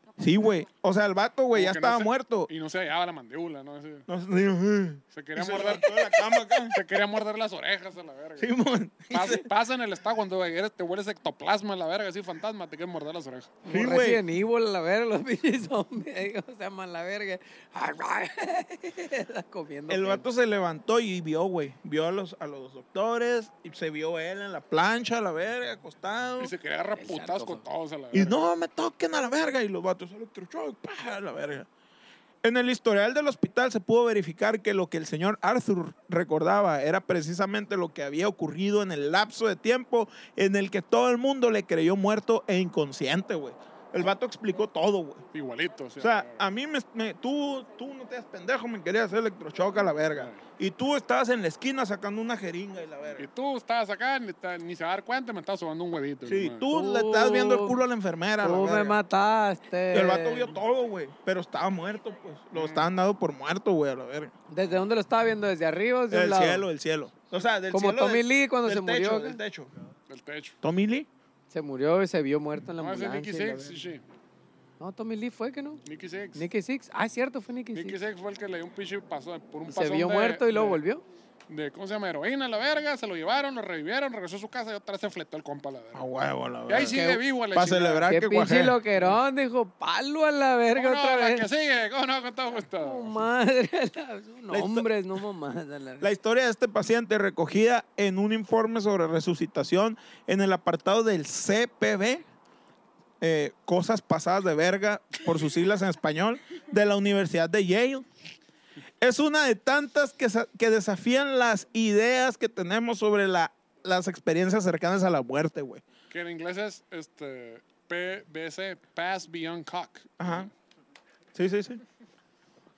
A: como
B: Sí, güey. O sea, el vato, güey, ya
A: que no
B: estaba
A: se-
B: muerto.
A: Y no se hallaba la mandíbula, ¿no? Ese-
B: No sé, digo, "Ugh".
A: Se quería
B: Y se
A: morder.
B: levantó de la cama acá.
A: Se quería morder las orejas a la verga.
B: Simón. Y
A: Pas-
B: se-
A: pasa en el estado cuando eres- te hueles ectoplasma a la verga, así fantasma, te quieres morder las orejas.
B: Sí,
C: Como
B: güey.
C: Resident Evil, la verga, los pinches zombies. O sea, man, la verga. Está comiendo.
B: El
C: gente.
B: vato se levantó y vio, güey. Vio a los, a los doctores y se vio él en la plancha, a la verga, acostado.
A: Y se quería agarrar
C: El
A: putados con
C: sarcófago.
A: todos a la verga.
B: Y no me toquen a la verga. Y los vatos electroshock, pa, a la verga. En el historial del hospital se pudo verificar que lo que el señor Arthur recordaba era precisamente lo que había ocurrido en el lapso de tiempo en el que todo el mundo le creyó muerto e inconsciente, güey. El vato explicó todo, güey.
A: Igualito.
B: O sea, a mí me, me- tú, tú no te das pendejo, me querías hacer electrochoca a la verga. Y tú estabas en la esquina sacando una jeringa y la verga.
A: y tú estabas acá, ni, ta- ni se va a dar cuenta, me estabas sobando un huevito.
B: Sí,
A: ¿no?
B: tú
C: Tú-
B: le estás viendo el culo a la enfermera. a la
C: Tú
B: verga.
C: me mataste.
B: El vato vio todo, güey. Pero estaba muerto, pues. Lo estaban dando por muerto, güey, a la verga.
C: ¿Desde dónde lo estaba viendo? ¿Desde arriba? o Desde un
B: El
C: lado?
B: cielo, el cielo. O sea, del
C: Como
B: cielo
C: Tommy
B: del-
C: Lee cuando
B: del
C: se
B: techo,
C: murió.
B: Del techo.
A: El techo.
B: ¿Tommy Lee?
C: Se murió y se vio muerto en la
B: Ah,
A: No, ese es
C: ambulancia.
A: Nicky
C: y la
A: Six, sí,
C: verga.
A: sí.
C: No, Tommy Lee fue que no.
A: Nicky Six. Nicky,
C: Nicky Six. Ah, es cierto, fue Nicky, Six.
A: Six fue el que le dio un pinche paso por un
C: Se
A: pasón
C: vio
A: de-
C: muerto y luego
A: de-
C: volvió.
A: De, ¿Cómo se llama? Heroína, a la verga. Se lo llevaron, lo revivieron, regresó a su casa y otra vez se fletó el compa, a la verga.
B: A huevo, a la
A: y
B: verga.
A: ahí sigue vivo, a la
B: Pa'
A: chingada.
B: celebrar. Ah,
C: Qué
B: qué
C: pinche
B: guajé.
C: loquerón, dijo palo a la verga
A: ¿Cómo no?
C: otra
A: La
C: vez.
A: que sigue, ¿cómo no? Con todo gusto.
C: Oh, madre, la- son
B: La histo-
C: hombres, no mamadas. a la verga.
B: La historia de este paciente recogida en un informe sobre resucitación en el apartado del CPB, eh, Cosas Pasadas de Verga, por sus siglas en español, de la Universidad de Yale. Es una de tantas que, sa- que desafían las ideas que tenemos sobre la- las experiencias cercanas a la muerte, güey.
A: Que en inglés es este, PBC, Pass Beyond Cock.
B: Ajá. Sí, sí, sí.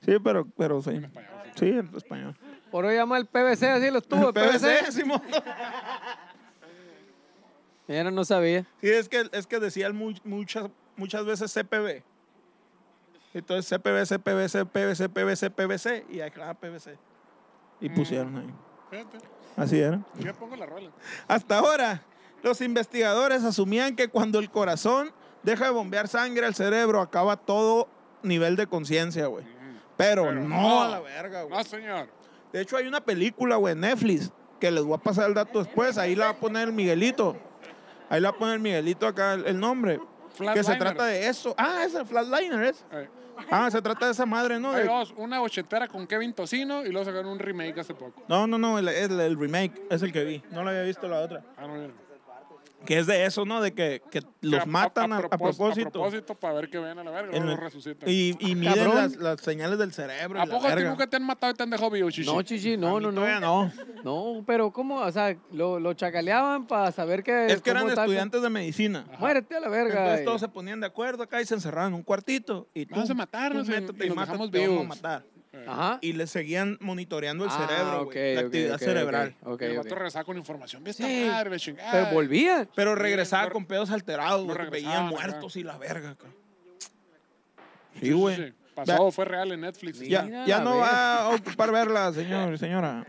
B: Sí, pero, pero sí.
A: español.
B: Sí, en español.
C: Por hoy llama el PVC, así lo tuvo, el PVC.
B: Simón.
C: Mira, no sabía.
B: Sí, es que, es que decían mu- muchas, muchas veces CPB. Entonces CPB, CPB, CPB, CPB, CPBC y acá PVC. Y pusieron ahí.
A: Fíjate,
B: Así era.
A: yo pongo la rola.
B: Hasta ahora, los investigadores asumían que cuando el corazón deja de bombear sangre al cerebro, acaba todo nivel de conciencia, güey. Pero,
A: Pero
B: no,
A: no.
B: a la verga, güey.
A: No, señor.
B: De hecho, hay una película, güey, en Netflix, que les voy a pasar el dato después. Ahí la va a poner el Miguelito. Ahí la va a poner el Miguelito acá el, el nombre. Que se
A: Flatliner.
B: trata de eso. Ah, es el Flatliner, es.
A: A ver,
B: Ah, se trata de esa madre, ¿no?
A: Hay
B: eh. De-
A: dos, una ochentera con Kevin Tocino y luego sacaron un remake hace poco.
B: No, no, no, el, el- el remake es el que vi. No lo había visto la otra.
A: Ah, no, mira.
B: Que es de eso, ¿no? De que, que los
A: Que
B: matan a, a
A: propós-
B: propósito.
A: A propósito, para ver que ven a la verga, luego
B: En el-
A: los resucitan.
B: y, y miden
C: Cabrón.
B: las, las señales del cerebro.
A: ¿A
B: y la
A: poco a ti
B: verga.
A: nunca te han matado y te han dejado vivo, chichi?
C: No, chichi, no, no, no.
B: Todavía no.
C: No, pero ¿cómo? O sea, lo, lo chacaleaban para saber que.
B: Es que eran
C: Eh, cómo tal-
B: estudiantes de medicina.
C: Muérete a la verga. eh.
B: Entonces
C: y-
B: todos se ponían de acuerdo acá y se encerraban en un cuartito. Y tú,
A: Vamos a matarnos
B: tú
A: y-
B: métete
A: y nos
B: mátate,
A: dejamos
B: te vamos a
A: vivos.
B: matar.
C: Ajá.
B: Y le seguían monitoreando el
C: Ah,
B: cerebro, güey,
C: ok,
B: la
C: ok,
B: actividad
C: ok,
B: cerebral.
C: ok, ok,
A: Y el
C: ok.
A: vato regresaba con información. ¿Ves esta
C: Sí,
A: madre, la chingada?
C: Pero volvían.
B: Pero
A: Sí,
B: regresaba
A: lo-
B: con pedos alterados,
A: lo
B: güey, te veían
A: regresaban acá.
B: muertos y la verga. acá.
A: Sí,
B: Sí, güey.
A: sí, Pasó, fue real en Netflix.
B: Ya,
C: Mira
B: ya
C: la
B: no
C: verga.
B: va a ocupar verla, señor, señora.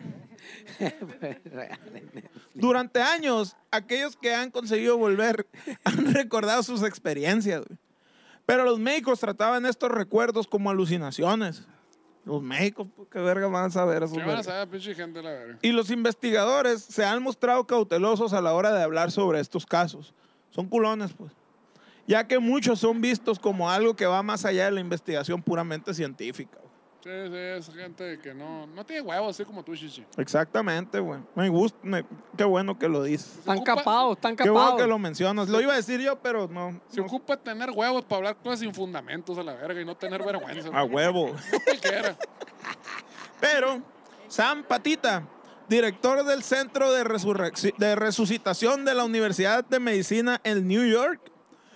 B: Durante años, aquellos que han conseguido volver han recordado sus experiencias. güey. Pero los médicos trataban estos recuerdos como alucinaciones. Los médicos, pues, qué verga van a saber esos
A: ¿Qué van a
B: vergas?
A: saber, pinche gente, la verga?
B: Y los investigadores se han mostrado cautelosos a la hora de hablar sobre estos casos. Son culones, pues. Ya que muchos son vistos como algo que va más allá de la investigación puramente científica. güey.
A: Sí, sí, es gente que no, no tiene huevos, así como tú, chichi.
B: Exactamente, güey. Me gusta, me- qué bueno que lo dices.
C: Están
A: ocupa-
C: capados, están
B: Qué bueno
C: capados.
B: que lo mencionas. Lo iba a decir yo, pero no.
A: Se ocupa tener huevos para hablar cosas sin fundamentos a la verga y no tener vergüenza.
B: A huevo.
A: Cualquiera.
B: Pero Sam Patita, director del Centro de, Resurrecci- de Resucitación de la Universidad de Medicina en New York,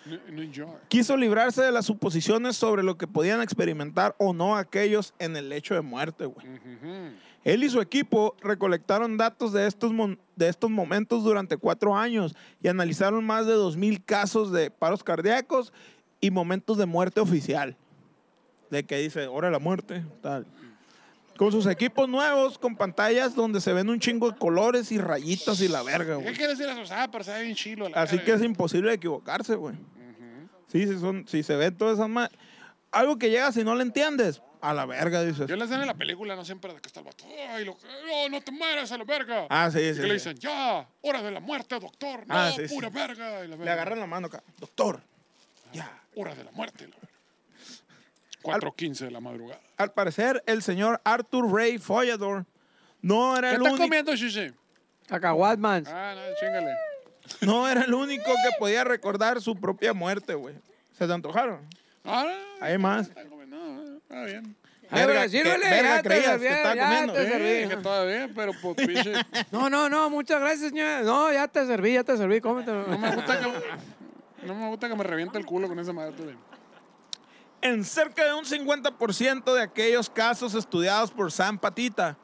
A: New New York.
B: quiso librarse de las suposiciones sobre lo que podían experimentar o no aquellos en el lecho de muerte, güey.
A: Ujujú.
B: Él y su equipo recolectaron datos de estos, mon- de estos momentos durante cuatro años y analizaron más de 2.000 casos de paros cardíacos y momentos de muerte oficial. De que dice, hora de la muerte, tal. Con sus equipos nuevos, con pantallas donde se ven un chingo de colores y rayitas y la verga,
A: ¿Qué
B: güey.
A: quiere decir eso? Ah, pero se ve bien chilo. La
B: Así que es imposible equivocarse, güey. Sí, sí, son, si se ve todas esas ma- Algo que llega si no lo entiendes, a la verga, dices.
A: Yo la escena en la película, no siempre de que está el vato. ¡Ay, lo que- no, no te mueras a la verga!
B: Ah, sí,
A: Y
B: sí,
A: que le
B: sí.
A: dicen, ¡ya! ¡Hora de la muerte, doctor! ¡No,
B: Ah, sí, sí.
A: pura verga! Y la
B: Le
A: verga.
B: agarran la mano acá. Doctor, ya.
A: ¡Hora de la muerte! La verga. 4.15 de la madrugada.
B: Al parecer, el señor Arthur Ray Follador no era,
A: ¿Qué
B: el
A: estás
B: único,
A: comiendo, Shishi?
C: Cacahuatmans.
A: Ah, no, chingale.
B: no era el único que podía recordar su propia muerte, güey. ¿Se te antojaron?
A: Ah,
B: Hay más.
A: no, no, está bien.
B: Verga,
C: Verga, sírvele,
B: que- verga
C: ya te
B: creías que
C: sirvieron,
B: estaba
C: ya
B: comiendo.
C: te
B: Eh,
C: serví.
A: Dije todavía, pero pues pinche.
C: No, no, no, muchas gracias, señora. No, ya te serví, ya te serví, cómetelo.
A: No me gusta que. No me gusta que me reviente el culo con esa madre. todavía.
B: En cerca de un 50% de aquellos casos estudiados por San Patita,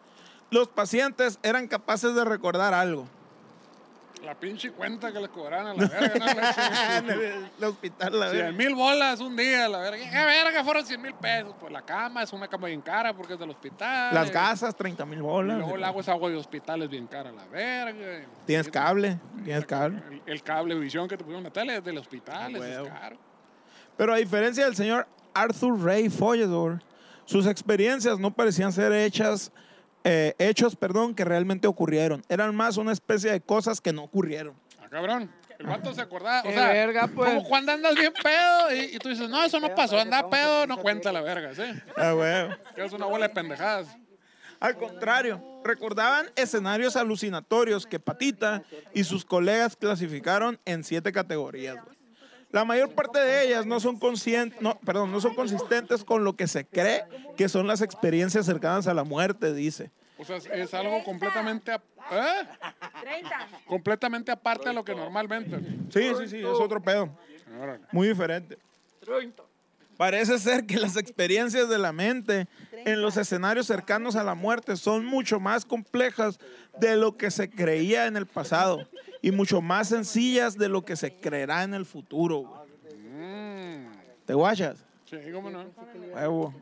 B: los pacientes eran capaces de recordar algo.
A: La pinche cuenta que les cobraban a la verga. ¿no? La
B: en
A: chingada.
B: el hospital, la
A: Cien
B: verga.
A: mil bolas un día, la verga. ¿Qué verga fueron 100 mil pesos? Pues la cama es una cama bien cara porque es del hospital.
B: Las gasas, 30 mil
A: Y
B: bolas.
A: luego el agua es agua de hospital, es bien cara, la verga.
B: Tienes cable, tienes cable.
A: El, el cable visión que te pusieron en la tele es del hospital, ese
B: Ah,
A: es
B: huevo.
A: caro.
B: Pero a diferencia del señor Arthur Ray Folledor, sus experiencias no parecían ser hechas, eh, hechos, perdón, que realmente ocurrieron. Eran más una especie de cosas que no ocurrieron.
A: Ah, cabrón. El vato se acordaba. O
C: Qué
A: sea,
C: verga, pues.
A: como cuando andas bien pedo y, y tú dices, no, eso no pasó, anda pedo, no cuenta la verga, ¿sí?
B: Ah, huevo.
A: Que es una bola de pendejadas.
B: Al contrario, recordaban escenarios alucinatorios que Patita y sus colegas clasificaron en siete categorías. güey. La mayor parte de ellas no son, conscien- no, perdón, no son consistentes con lo que se cree que son las experiencias cercanas a la muerte, dice.
A: O sea, es, es algo completamente, ap- ¿eh?
D: 30.
A: completamente aparte de lo que normalmente.
B: Sí, sí, sí, es otro pedo.
A: Órale.
B: Muy diferente. Parece ser que las experiencias de la mente en los escenarios cercanos a la muerte son mucho más complejas de lo que se creía en el pasado y mucho más sencillas de lo que se creerá en el futuro. güey.
A: Mm.
B: ¿Te guachas?
A: Sí, cómo no.
B: Huevo.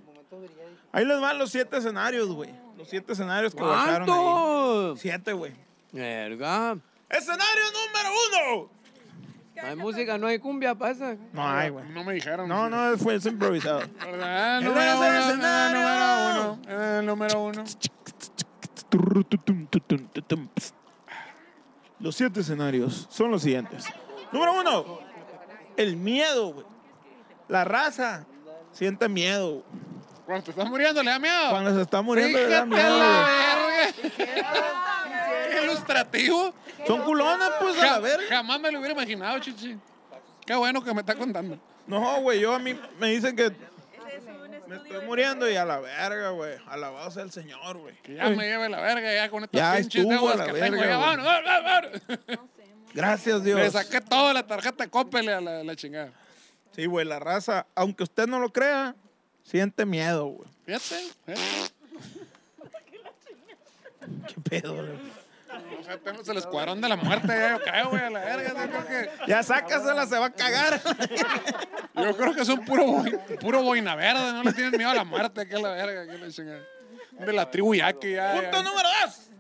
B: Ahí les van los siete escenarios, güey. Los siete escenarios que guacharon ahí.
C: ¿Cuántos?
B: Siete, güey.
C: Verga.
B: ¡Escenario número uno!
C: No hay música, no hay cumbia, pasa.
B: No hay, güey.
A: No me dijeron.
B: No, no, fue es improvisado.
A: ¿Verdad?
B: El
A: Número uno,
B: tercer escenario.
A: número uno, eh, número uno.
B: Los siete escenarios son los siguientes. Número uno, el miedo, güey. La raza siente miedo. güey.
A: Cuando te estás muriendo, le da miedo.
B: Cuando se está muriendo, le
A: Fíjate
B: da miedo. güey.
A: la verga. Qué ilustrativo.
B: Son culonas, pues, a la
A: Ja-
B: verga.
A: jamás me lo hubiera imaginado, chichi. Qué bueno que me está contando.
B: No, güey, yo a mí me dicen que
D: Ese es un
B: me
D: estudio.
B: estoy muriendo y a la verga, güey. Alabado sea el Señor, güey.
A: Que ya me lleve la verga, ya con estas
B: Ya
A: pinches
B: estuvo
A: deudas
B: la
A: que
B: verga,
A: tengo. Ya,
B: güey.
A: vámonos, vámonos, vámonos.
B: Gracias, Dios.
A: Le saqué toda la tarjeta de Coppel a la, la chingada.
B: Sí, güey, la raza, aunque usted no lo crea, siente miedo, güey.
A: Fíjate. fíjate.
B: Qué pedo, güey.
A: O sea, tenemos el escuadrón de la muerte, ya yo creo, güey, a la verga. Yo creo que,
B: Ya sácasela, se va a cagar.
A: yo creo que son puro, boi- puro boina verde, no le tienen miedo a la muerte, que a la verga, que la chingada. De la tribu yaqui, ya. ya.
B: Punto número dos.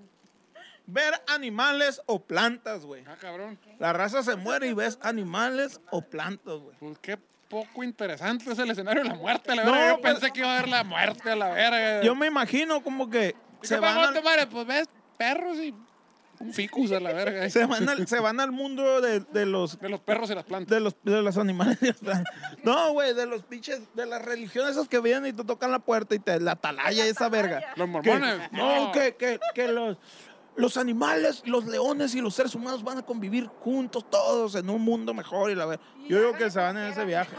B: Ver animales o plantas, güey.
A: Ah, cabrón.
B: La raza se muere y ves animales o plantas, güey.
A: Pues qué poco interesante es el escenario de la muerte, la
B: No,
A: verga. yo
B: pero-
A: pensé que iba a haber la muerte, a la verga.
B: Yo me imagino como que
A: ¿Y
B: se
A: qué pasó,
B: van,
A: tu
B: al,
A: madre? Pues ves perros y un ficus a la verga. eh.
B: se van, al, se van al mundo de, de los
A: De los perros y las plantas.
B: de los de los animales. y las plantas. No, güey, de los pinches, de las religiones esas que vienen y te tocan la puerta y te la atalaya y esa verga.
A: Los
B: Que-
A: mormones.
B: no, que, que, que los, los animales, los leones y los seres humanos van a convivir juntos todos en un mundo mejor y la ver- Yo digo que se van en ese viaje.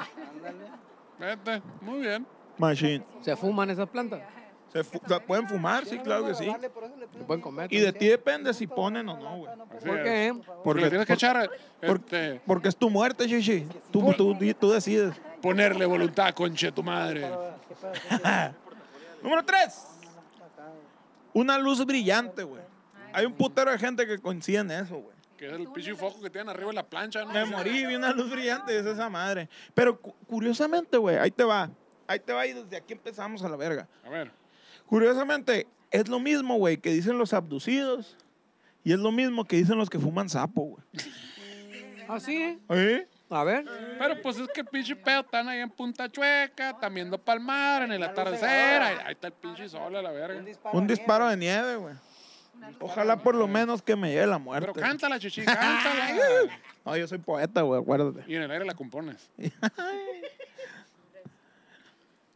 A: Vete. Muy bien.
B: Machine.
C: Se fuman esas plantas.
B: Se fu- la pueden fumar, sí, claro que sí.
C: Se pueden comer.
B: Y de ti depende si ponen o no, güey.
A: Así
C: ¿Por
A: es.
C: qué?
A: Porque le tienes que echar
B: porque,
A: este,
B: porque es tu muerte, Shishi. Tú, tú, tú decides.
A: ponerle voluntad, conche tu madre.
B: Número tres. Una luz brillante, güey. Hay un putero de gente que coincide en eso, güey.
A: Que es el pinche foco que tienen arriba en la plancha, ¿no?
B: Me morí, vi una luz brillante, es esa madre. Pero cu- curiosamente, güey, ahí te va. Ahí te va y desde aquí empezamos a la verga.
A: A ver.
B: Curiosamente, es lo mismo, güey, que dicen los abducidos y es lo mismo que dicen los que fuman sapo, güey.
C: Así, ¿eh?
B: ¿Eh?
C: A ver.
A: Pero pues es que el pinche pedo están ahí en Punta Chueca, están viendo palmar en el atardecer. Ahí, ahí está el pinche sol a la verga.
B: Un disparo de nieve, güey. Ojalá por lo menos que me lleve la muerte.
A: Pero cántala, chichi, cántala.
B: No, yo soy poeta, güey, acuérdate.
A: y en el aire la compones.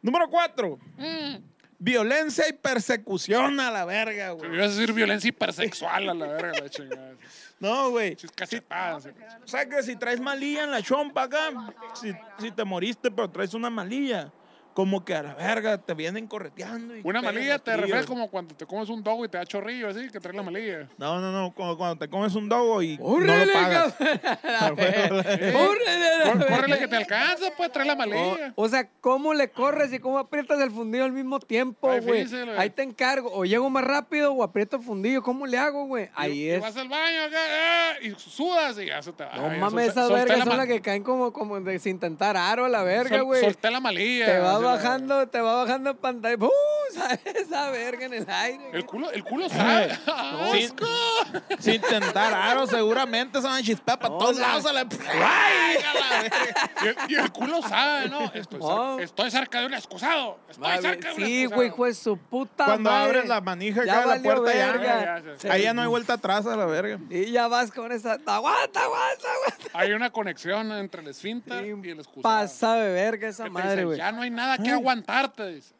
B: Número cuatro. Mm. Violencia y persecución a la verga,
A: Me
B: güey.
A: ibas a decir violencia hipersexual a la verga, la chingada.
B: No, güey.
A: Chis cachetadas.
B: O sea que si traes malilla en la chompa acá, si, si te moriste pero traes una malilla, como que a la verga te vienen correteando. Y
A: Una
B: pegan
A: malilla
B: los
A: te refieres
B: tiros.
A: como cuando te comes un dogo y te da chorrillo, así, que traes la malilla.
B: No, no, no, como cuando te comes un dogo y no
C: ¡Órale,
B: lo pagas.
C: cabrón!
A: Cór-
C: ¡Órale!
A: Córrele que te alcanza, pues, traes la malilla.
C: O, o sea, ¿cómo le corres y cómo aprietas el fundido al mismo tiempo,
A: Está
C: güey?
A: difícil, güey.
C: Ahí te encargo. O llego más rápido o aprieto el fundillo. ¿Cómo le hago, güey? oh, Ahí
A: Y- y
C: es.
A: vas al baño acá, eh, y sudas y ya se te va.
C: No
A: Ay,
C: mames,
A: solté-
C: esas
A: solté
C: vergas
A: la
C: son
A: ma-
C: las que caen como, como de sin tentar aro a la verga,
A: sol-
C: güey.
A: Solté la malilla.
C: Te
A: o
C: vas
A: sea,
C: bajando, te vas bajando en pantalla. ¡Pum! Sale esa verga en el aire. güey.
A: El culo, el culo sabe. Ay,
B: Sin, sin tentar aro, seguramente se van a chispar para
C: No,
B: todos
C: la-
B: lados. A la... ¡Ay! a la verga.
A: Y el, y el culo sabe, ¿no? Estoy, cer-
C: No.
A: estoy cerca de un excusado. Estoy
C: Mames,
A: cerca de un
C: sí,
A: excusado.
C: güey, hijo de su puta
B: Cuando
C: madre.
B: abres la manija acá
C: Ya
B: de la
C: valió
B: puerta, ya,
C: verga.
A: ya, ya.
C: Se-
B: Ahí ya no hay vuelta atrás a la verga.
C: Y ya vas con esa. ¡Aguanta, aguanta, aguanta!
A: Hay una conexión entre el esfínter y el excusado.
C: Pasa de verga
A: Que
C: esa
A: te
C: madre,
A: dicen,
C: güey.
A: Ya no hay nada que aguantarte. Dice.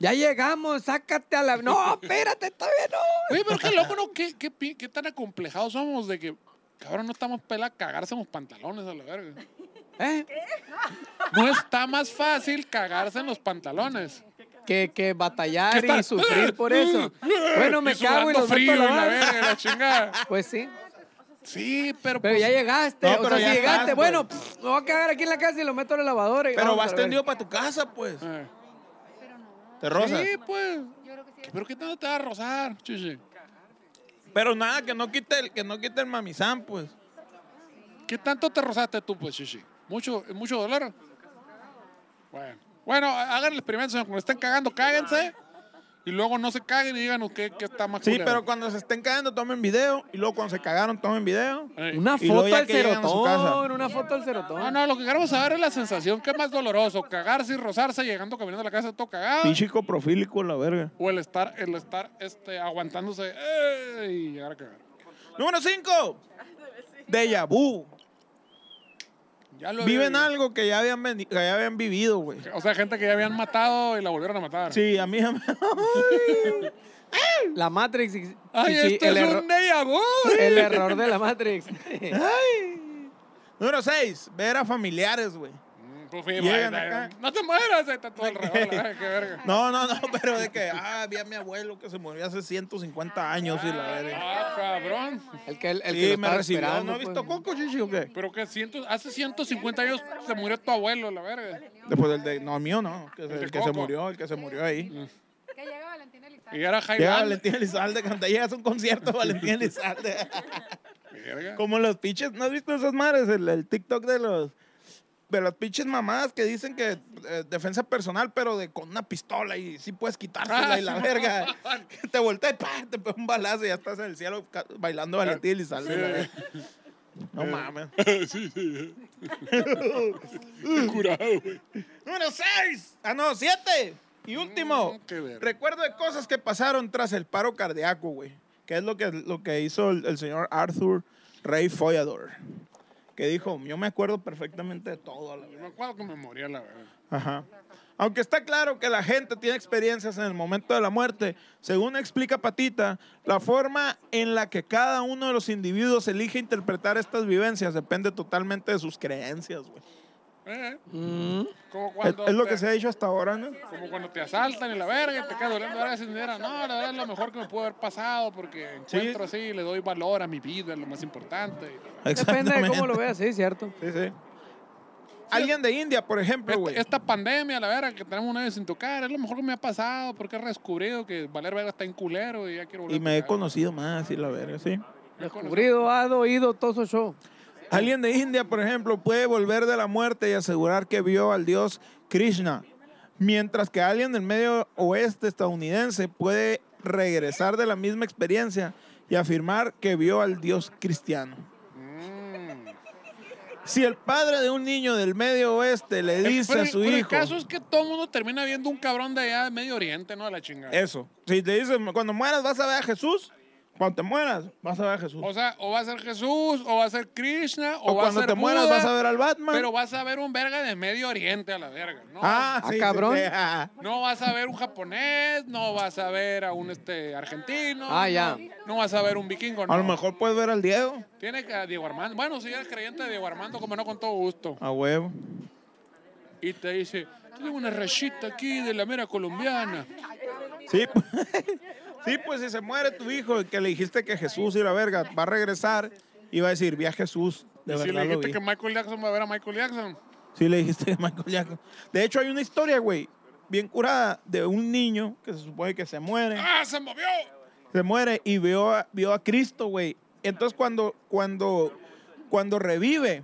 C: Ya llegamos, sácate a la. No, espérate, todavía no.
A: Oye, pero qué loco, ¿no? ¿Qué, qué, pi- qué tan acomplejados somos de que, cabrón, no estamos pela cagarse en los pantalones a la verga.
C: ¿Eh?
A: No está más fácil cagarse en los pantalones.
C: Que, que
A: ¿Qué
C: batallar
A: está?
C: y sufrir por eso. Bueno, me cago y
A: sudando
C: los meto
A: frío
C: a
A: y la
C: lavar.
A: verga, y la chingada.
C: Pues sí.
A: Sí, pero,
C: Pero
A: pues,
C: ya llegaste.
B: No,
C: o
B: pero
C: sea,
B: ya pues.
C: si llegaste,
B: estás,
C: bueno, pff, me voy a cagar aquí en la casa y lo meto a la lavadora. y
B: Pero
C: vamos a
B: vas
C: la
B: tendido
C: verga. Ah.
B: para tu casa, pues.
A: eh,
B: Te rozas.
A: Sí, pues. Pero qué tanto te va a rozar, chichi.
B: Pero nada, que no quite el, que no quite el mamizán, pues.
A: ¿Qué tanto te rozaste tú, pues, chichi? ¿Mucho, mucho dolor? Bueno. Bueno, ha- hagan el experimento, señor. Cuando estén cagando, cáguense. Y luego no se caguen y díganos qué, qué está más
B: Sí,
A: culero.
B: pero cuando se estén cayendo, tomen video. Y luego cuando se cagaron, tomen video.
A: Eh,
C: Una
B: Y luego
C: foto
B: ya
C: al
B: que llegan a su casa.
C: cerotón, una foto al cerotón.
A: No, no, lo que queremos saber es la sensación que es más doloroso, cagarse y rozarse llegando caminando a la casa todo cagado.
B: chico profílico, la verga.
A: O el estar, el estar este, aguantándose eh, y llegar a cagar.
B: Número 5.
C: Ah,
B: Deja vu.
A: Ya lo había
B: Viven
A: vivido.
B: algo que ya habían, veni- que ya habían vivido, güey.
A: O sea, gente que ya habían matado y la volvieron a matar.
B: Sí, a mí ya me...
C: La Matrix. y- y
A: Ay,
C: sí,
A: esto
C: el,
A: es
C: erro-
A: un déjà vu. Eh,
C: el error de la Matrix.
B: Número 6. Ver a familiares, güey.
A: Mm, pues, sí,
B: Llegan
A: vaya,
B: acá.
A: No te mueras, ahí está todo alrededor. la verdad, Qué verga.
B: No, no, no, pero de que, ah, había mi abuelo que se murió hace 150 años y la verga.
A: Ah, cabrón.
C: El que, el, el que
B: Sí,
C: lo
B: me
C: estaba
B: recibió.
C: esperando,
B: ¿No has visto
C: pues.
B: Coco, chichi, o qué?
A: Pero que ciento, hace 150 años se murió tu abuelo, la verga.
B: Después del de... No, mío no. que es
A: El
B: El,
A: de
B: que se
A: Coco. Mm.
B: murió, el que se murió ahí.
E: Que llega Valentina Elizalde.
A: Y era Jaime.
B: Llega Valentín Elizalde, cuando llegas a un concierto, Valentín Elizalde.
A: Verga.
B: Como los pinches, ¿no has visto esas madres? El, el TikTok de los de las pinches mamás que dicen que eh, defensa personal, pero de con una pistola y sí puedes quitársela
A: Ah,
B: y la
A: sí,
B: verga. Que te voltea y ¡pah! te pega un balazo y ya estás en el cielo ca- bailando Valentín y sale. la verga. No mames.
A: Qué curado, güey.
B: Número 6. Ah, no, 7. Y último.
A: Mm, qué verga.
B: recuerdo de cosas que pasaron tras el paro cardíaco, güey. Que es lo que, lo que hizo el, el señor Arthur Rey Follador. Que dijo, yo me acuerdo perfectamente de todo. a la
A: Yo me
B: verga".
A: acuerdo que me moría, la verga.
B: Ajá. Aunque está claro que la gente tiene experiencias en el momento de la muerte, según explica Patita, la forma en la que cada uno de los individuos elige interpretar estas vivencias depende totalmente de sus creencias, güey.
A: Eh,
C: Mm.
A: como
B: Es,
A: cuando
B: es lo
A: te-
B: que se ha dicho hasta ahora, ¿no?
A: Como cuando te asaltan y la verga y te quedas doliendo ahora sin dinero. No, la verdad es lo mejor que me pudo haber pasado porque
B: Sí.
A: encuentro así y le doy valor a mi vida, es lo más importante.
C: Depende de cómo lo
B: Exactamente.
C: veas, sí, cierto.
B: Sí, sí. Alguien de India, por ejemplo,
A: Esta,
B: güey.
A: Este, esta pandemia, la verga, que tenemos un año sin tocar, es lo mejor que me ha pasado porque he descubrido que Valer Verga está en culero y ya quiero volver
B: Y
A: a
B: me he
A: tocar.
B: conocido más y la verga, sí.
A: Me he conocido.
C: Descubrido, hado, oído, todo su show.
B: Alguien de India, por ejemplo, puede volver de la muerte y asegurar que vio al dios Krishna, mientras que alguien del medio oeste estadounidense puede regresar de la misma experiencia y afirmar que vio al dios cristiano.
A: Mm.
B: Si el padre de un niño del medio oeste le
A: El-
B: dice
A: pero
B: a
A: el-
B: su
A: pero
B: hijo,
A: El caso es que todo el mundo termina viendo un cabrón de allá de Medio Oriente, ¿no? A la chingada.
B: eso, si te dice, cuando mueras vas a ver a Jesús, cuando te mueras vas a ver a Jesús.
A: O sea, o va a ser Jesús, o va a ser Krishna, o,
B: O
A: va a
B: cuando
A: ser
B: te mueras
A: Buda,
B: vas a ver al Batman.
A: Pero vas a ver un verga de Medio Oriente a la verga, ¿no?
B: Ah,
C: Ah,
B: sí, sí,
C: cabrón.
B: sí, ah.
A: No vas a ver un japonés, no vas a ver a un este argentino.
C: Ah, ya.
A: No, no vas a ver un vikingo, no. ah,
B: A lo mejor puedes ver al Diego.
A: Tiene que a Diego Armando. Bueno, si eres creyente de Diego Armando, como no, con todo gusto.
B: A huevo.
A: y te dice, tengo una rayita aquí de la mera colombiana.
B: Sí, pues, sí, pues si se muere tu hijo, el que le dijiste que Jesús y la verga va a regresar y va a decir, vi a Jesús, de
A: y si le
B: verdad lo
A: dijiste
B: vi.
A: que Michael Jackson va a ver a Michael Jackson.
B: Sí le dijiste que Michael Jackson. De hecho, hay una historia, güey, bien curada, de un niño que se supone que se muere,
A: ¡Ah, se movió!
B: se muere y vio a, vio a Cristo, güey. Entonces cuando, cuando, cuando revive,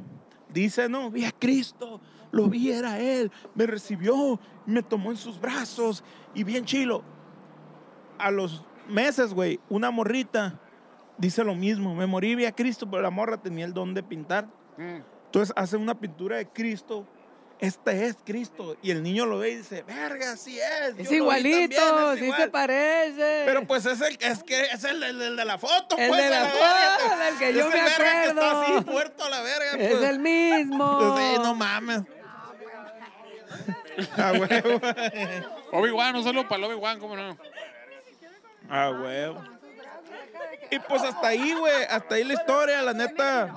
B: dice, no, vi a Cristo, lo vi, era Él, me recibió, me tomó en sus brazos y bien chilo. A los meses, güey, una morrita dice lo mismo, me morí, vi a Cristo, pero la morra tenía el don de pintar.
A: Mm.
B: Entonces hace una pintura de Cristo. Este es Cristo. Y el niño lo ve y dice, verga, sí es. yo lo
C: Es
B: vi también,
C: igualito,
B: es
C: sí se
B: igual".
C: parece.
B: Pero pues es el, es que es el, el- el de la foto.
C: El
B: pues,
C: de
B: a
C: la
B: verga.
C: foto, el que yo
B: Ese
C: me
B: verga que está así,
C: acuerdo.
B: muerto a la verga.
C: es
B: pues.
C: el mismo.
B: Pues, sí, no mames. A huevo.
A: Obi-Wan, un saludo para el Obi-Wan, ¿cómo no?
B: A huevo. Y pues hasta ahí, güey, hasta ahí la historia, la neta.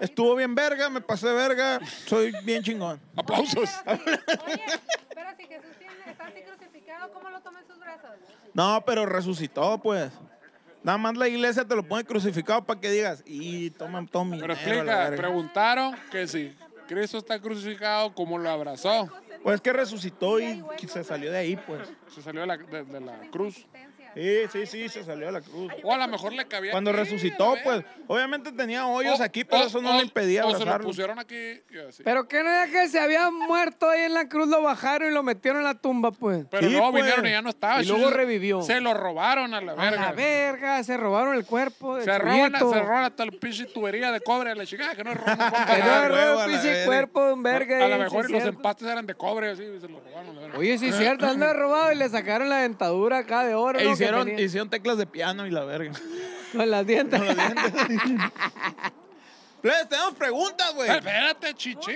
B: Estuvo bien verga, me pasé verga, soy bien chingón.
A: ¡Aplausos!
E: Oye, pero si Jesús tiene, está así crucificado, ¿cómo lo toma en sus brazos?
B: No, pero resucitó, pues. Nada más la iglesia te lo pone crucificado para que digas, y toman todo mi
A: Pero
B: dinero a la
A: explica,
B: verga".
A: preguntaron que si Cristo está crucificado, ¿cómo lo abrazó?
B: Pues que resucitó y que se salió de ahí, pues.
A: Se salió de la, de- de la cruz.
B: Sí, sí, sí, se salió de la cruz.
A: O a lo mejor le cabía.
B: Cuando
A: aquí, a
B: resucitó,
A: la
B: pues,
A: verga.
B: obviamente tenía hoyos
A: O-
B: aquí, pero
A: o-
B: eso no
A: o-
B: le impedía
A: O se lo
B: abrazarlo.
A: pusieron aquí. y así.
C: Pero que no era que se había muerto ahí en la cruz, lo bajaron y lo metieron en la tumba, pues.
A: Pero
B: Sí,
A: no,
B: pues.
A: vinieron y ya no estaba.
C: Y luego
A: Se-
C: revivió.
A: Se lo robaron a la
C: A la
A: verga.
C: verga, se robaron el cuerpo. del
A: Se roban,
C: prieto.
A: se roban hasta el pinche tubería de cobre de la chingada, que no roban. no
C: Que no
A: compran nada.
B: Ah, huevo,
C: agarraron
B: a la
C: el
B: verga.
C: pinche cuerpo de un verga.
A: A lo
C: ahí, sí
A: mejor
C: es
A: y los
C: cierto.
A: empates eran de cobre, así, y se lo robaron. a la verga.
C: Oye, sí es cierto, han robado y le sacaron la dentadura acá de oro.
B: E
C: ¿no? que
B: hicieron,
C: tenía.
B: hicieron teclas de piano y la verga.
C: Con las dientes.
B: Les Pues, tenemos preguntas, güey.
A: Espérate, chichi.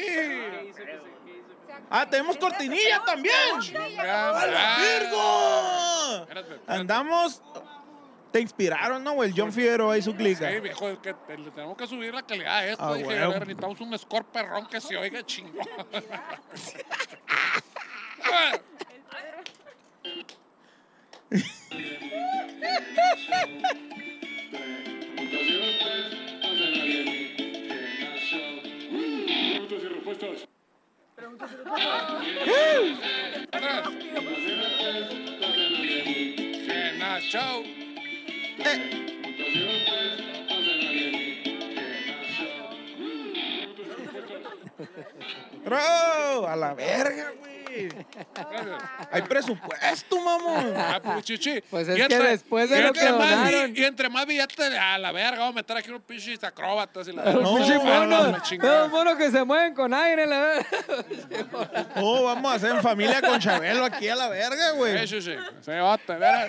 B: Ah, tenemos cortinilla también. ¡A la Virgo!
A: Espérate, espérate.
B: Andamos. Te inspiraron, ¿no, güey? El John Figueroa y su clica.
A: Sí, viejo, es que te- le tenemos que subir la calidad a esto.
B: Ah,
A: dije,
B: huevo.
A: a ver, necesitamos un score perrón que se oiga chingón. Atrás. Gena Show.
B: Eh, bro, a la verga, güey.
A: Gracias.
B: Hay presupuesto, mamón.
A: Ah, pues, chichi.
C: Pues es
A: Y
C: que después de
A: y
C: lo
A: entre
C: que
A: más bi-
C: donaron.
A: y entre más billetes, a la verga, vamos a meter aquí unos pinches acróbatas y la
B: No,
C: Pinche
B: a ah, la
C: monos. Todos monos que se mueven con aire, la verdad.
B: Oh, vamos a hacer en familia con Chabelo aquí a la verga, güey.
A: Sí, sí, sí. Se bota, verga.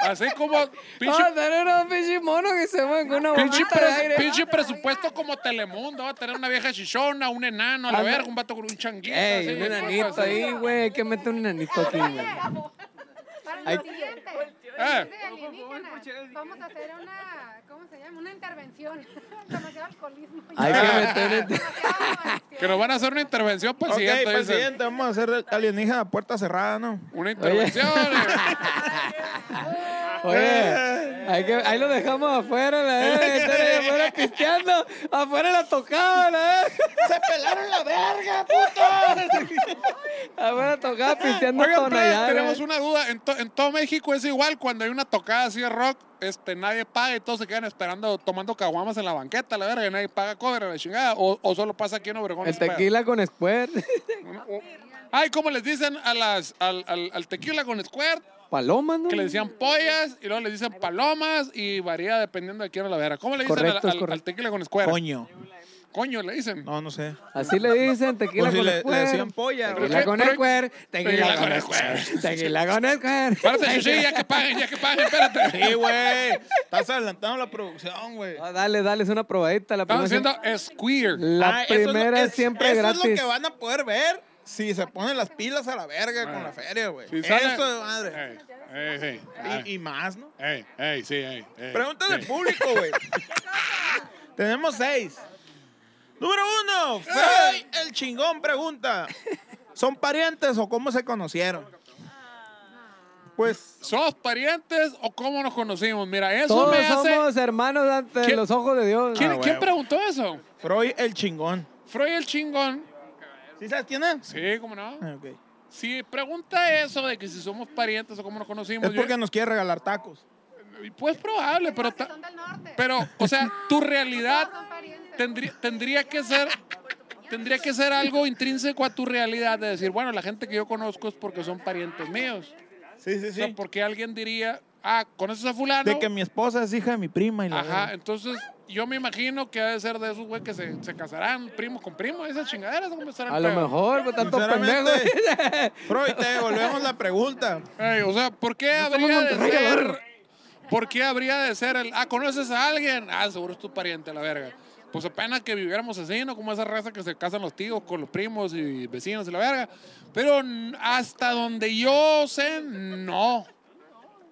A: Así como pinche,
C: Vamos a tener unos pinches monos que se mueven con una
A: pinche
C: bolita de
A: pres-
C: aire.
A: pinche presupuesto como Telemundo. Va a tener una vieja chichona, un enano, a la verga, un vato con un changuito.
C: Ah, Ey,
A: así,
C: un
A: cosas
C: enanito
A: así.
C: ahí, güey. Hay que meter un enanito aquí, güey.
E: Para
C: Ay.
E: lo siguiente,
A: Eh.
E: de alienígenas, vamos a hacer una, ¿cómo se llama? Una intervención. Demasiado alcoholismo.
C: Hay que meter un-
A: Que nos van a hacer una intervención para el
B: Ok,
A: siguiente.
B: para el
A: dicen.
B: siguiente vamos a hacer alienígena a puerta cerrada, ¿no?
A: Una intervención. eh.
C: Eh.
B: Eh.
C: Oye, hay que, ahí lo dejamos afuera, la verdad. Están ahí afuera pisteando. Afuera la tocada, la eh, verdad.
B: ¡Se pelaron la verga, puto!
C: Afuera tocada pisteando
A: Oigan,
C: con
A: plebes,
C: allá.
A: tenemos una duda. En, to- en todo México es igual cuando hay una tocada así de rock, este, nadie paga y todos se quedan esperando tomando caguamas en la banqueta, la verga, y nadie paga cover a la chingada. O, o solo pasa aquí en Obregón.
C: El
A: ese pedo.
C: tequila con square.
A: O- Ay, como les dicen a las, al, al- al tequila con squirt,
C: Paloma, ¿no?
A: que le decían pollas y luego le dicen palomas y varía dependiendo de quién a la verga. ¿Cómo le dicen al,
C: Correcto, es
A: al-
C: correcto.
A: al tequila con squirt?
B: Coño.
A: Coño, le dicen.
B: No, no sé.
C: Así le dicen, tequila
B: Pues si
C: con
B: le, le
C: square.
B: decían polla, güey.
C: Tequila con
A: Pero-
C: square, tequila
A: tequila con
C: con square, tequila con square.
A: Espérate, Chuchi, ya que paguen, ya que paguen, espérate.
B: Sí, güey. Estás adelantando la producción, güey.
C: Ah, dale, dale, es una probadita. La
A: Estamos
C: primera,
A: haciendo squeer.
C: la
B: Ah, eso es lo-
C: primera
B: es-
C: es siempre
B: eso
C: gratis.
B: es lo que van a poder ver si se ponen las pilas a la verga con
C: Ah.
B: la feria, güey.
A: Si sale-
B: eso de
C: Eh.
A: Ey,
B: madre.
A: ey, ey, ay.
B: Y, y más, ¿no?
A: Ey, ey, sí, ey. ey,
B: Preguntas
A: ey.
B: del público, güey. Tenemos seis. Número uno, Fray el chingón pregunta. ¿Son parientes o cómo se conocieron? Pues,
A: ¿Somos parientes o cómo nos conocimos? Mira, eso
C: Todos
A: me hace.
C: somos hermanos ante
A: ¿Quién-
C: los ojos de Dios.
A: ¿Quién,
B: Ah,
A: quién
B: huevo.
A: preguntó eso?
B: Freud el chingón.
A: Freud el chingón.
B: ¿Sí sabes quién es?
A: Sí, cómo no.
B: Ah, ok.
A: Si pregunta eso de que si somos parientes o cómo nos conocimos,
B: Es porque nos quiere regalar tacos.
A: yo- pues probable, pero,
E: Porque
A: ta-
E: son del norte.
A: pero, o sea, tu
E: Todos
A: realidad
E: son parientes.
A: tendría, tendría que ser tendría que ser algo intrínseco a tu realidad de decir, bueno, la gente que yo conozco es porque son parientes míos.
B: Sí, sí,
A: O sea, porque alguien diría, ah, conoces a fulano.
B: De que mi esposa es hija de mi prima y la
A: Ajá,
B: verga.
A: entonces yo me imagino que ha de ser de esos güey que se, se casarán primos con primos, esas chingaderas. ¿cómo estarán
C: A lo
A: pedo?
C: mejor, pues tanto pendejo.
B: Sinceramente, Freud, te devolvemos la pregunta.
A: Ey, o sea, ¿por qué
C: estamos en
A: habría de
C: Monterrey, a la
A: ser?
C: verga.
A: ¿Por qué habría de ser el, ah, conoces a alguien? Ah, seguro es tu pariente, la verga. Pues apenas que viviéramos así, ¿no? Como esa raza que se casan los tíos con los primos y vecinos y la verga. Pero mm, hasta donde yo sé, no.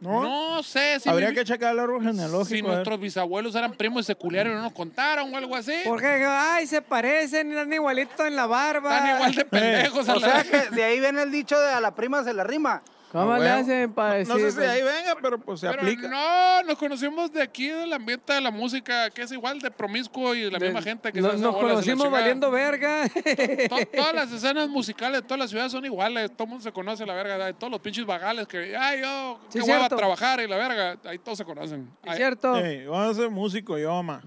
B: ¿No?
A: No, sé si,
B: Habría
A: mi-
B: que checar el árbol genealógico.
A: si
B: a ver.
A: nuestros bisabuelos eran primos y se culiaron y no nos contaron o algo así.
C: Porque, ay, se parecen, eran igualitos en la barba.
A: Están igual de pendejos a
F: O
A: la
F: sea
A: verga.
F: que de ahí viene el dicho de a la prima se la rima.
C: ¿Cómo
B: Ah,
C: le
B: huevo.
C: hacen para
B: No-
C: decir?
B: No, sé si de ahí venga, pero pues se
A: Pero
B: aplica.
A: no, nos conocimos de aquí, del ambiente de la música, que es igual de promiscuo y de la
C: de-
A: misma gente que se
C: pues, nos,
A: hace
C: nos
A: bolas en la
C: conocimos
A: chingada.
C: valiendo verga.
A: To- todas las escenas musicales de todas las ciudades son iguales, todo el mundo se conoce la verga, de todos los pinches vagales que, ay, yo,
C: Sí,
A: qué hueva
C: cierto.
A: trabajar y la verga, ahí todos se conocen.
C: Es
A: Ay,
C: cierto.
B: Ey, vamos a ser músico yo, ma.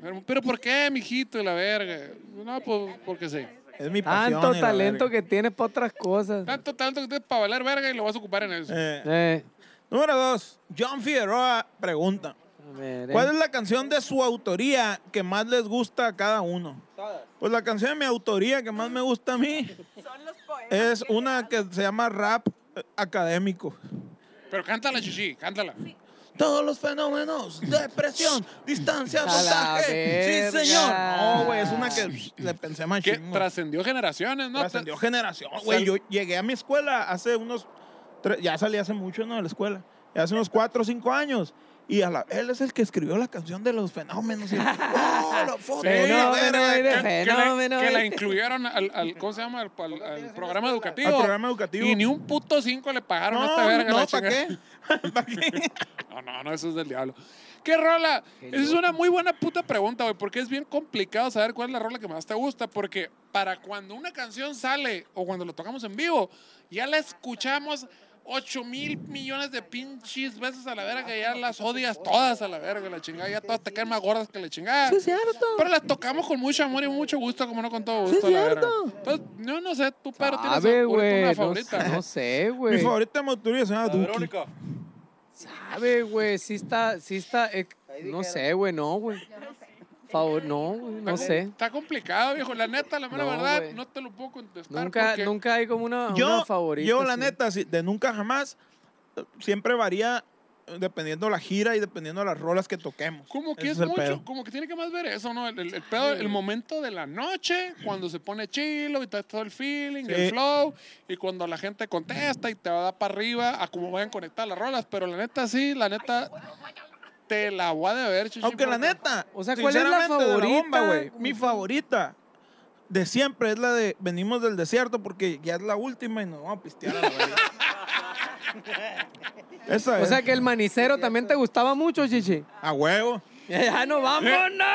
A: pero, pero ¿por qué, mijito, y la verga? No, pues porque sí.
B: Es mi pasión.
C: Tanto talento que tienes para otras cosas.
A: Tanto talento que tienes para valer verga y lo vas a ocupar en eso.
C: Eh,
B: número dos. John Figueroa pregunta.
C: a ver, eh.
B: ¿Cuál es la canción de su autoría que más les gusta a cada uno? Pues la canción de mi autoría que más me gusta a mí
D: Son los poemas.
B: es una que se llama Rap eh, Académico.
A: Pero cántala, chichi, cántala.
B: Todos los fenómenos, depresión, distancia,
C: A la
B: voltaje. Sí,
C: verga.
B: señor. No, güey, es una que le pensé más
A: Que
B: chingo.
A: trascendió generaciones, ¿no?
B: Trascendió generación, güey.
A: Sal-
B: Yo llegué a mi escuela hace unos. tre- ya salí hace mucho, ¿no? De la escuela. Ya hace unos cuatro o cinco años. Y a la, él es el que escribió la canción de los fenómenos. Y, ¡Oh, la foto!
A: Sí,
B: la
A: no,
B: verga!
C: no, no,
A: que, que la,
C: Fenómeno,
A: que la
C: eh.
A: incluyeron al, al- ¿cómo se llama? Al, al- al programa educativo.
B: Al programa educativo.
A: Y ni un puto cinco le pagaron a esta
B: No,
A: verga.
B: no,
A: la
B: ¿para
A: chingada.
B: qué? ¿Para qué?
A: No, no, no, eso es del diablo. ¿Qué rola? Esa es una muy buena puta pregunta, güey, porque es bien complicado saber cuál es la rola que más te gusta, porque para cuando una canción sale o cuando lo tocamos en vivo, ya la escuchamos 8 mil millones de pinches veces a la verga, ya las odias todas a la verga, la chingada, ya todas te caen más gordas que la chingada. Pero las tocamos con mucho amor y mucho gusto, como no con todo gusto, a la verga. Entonces, yo no sé, tú, pero tienes
C: Sabe,
A: ahorita
C: güey,
A: una
C: no-
A: favorita,
C: No,
A: ¿no?
C: sé, güey.
B: Mi favorita de autoría se llama Duki.
C: Sabe, güey. Sí está, sí está. eh, no sé, güey, no, güey. Favor, no, güey, no sé.
A: Está complicado, viejo. La neta, la mera
C: No,
A: verdad,
C: güey.
A: no te lo puedo contestar.
C: Nunca,
A: porque-
C: nunca hay como una,
B: Ah, Yo,
C: una favorita.
B: yo la
C: sí.
B: neta, sí, de nunca jamás, eh, siempre varía eh, dependiendo la gira y dependiendo las rolas que toquemos.
A: Como que
B: Ese
A: es,
B: el
A: mucho,
B: pedo.
A: como que tiene que más ver eso, ¿no? El, el- el pedo, el momento de la noche, cuando se pone chilo y está todo el feeling,
B: Sí.
A: el flow, y cuando la gente contesta y te va a dar para arriba a cómo vayan a conectar las rolas, pero la neta sí, la neta te la voy a deber, chichi.
B: Aunque la
A: porque-
B: neta,
C: O sea, ¿cuál es la
B: sinceramente, de bomba,
C: favorita?
B: güey, mi favorita de siempre es la de Venimos del Desierto porque ya es la última y nos vamos a pistear a la verga. Esa
C: O
B: es.
C: sea que el manicero también te gustaba mucho, Chichi.
B: A huevo.
C: Ya no,
A: De,
C: vámonos.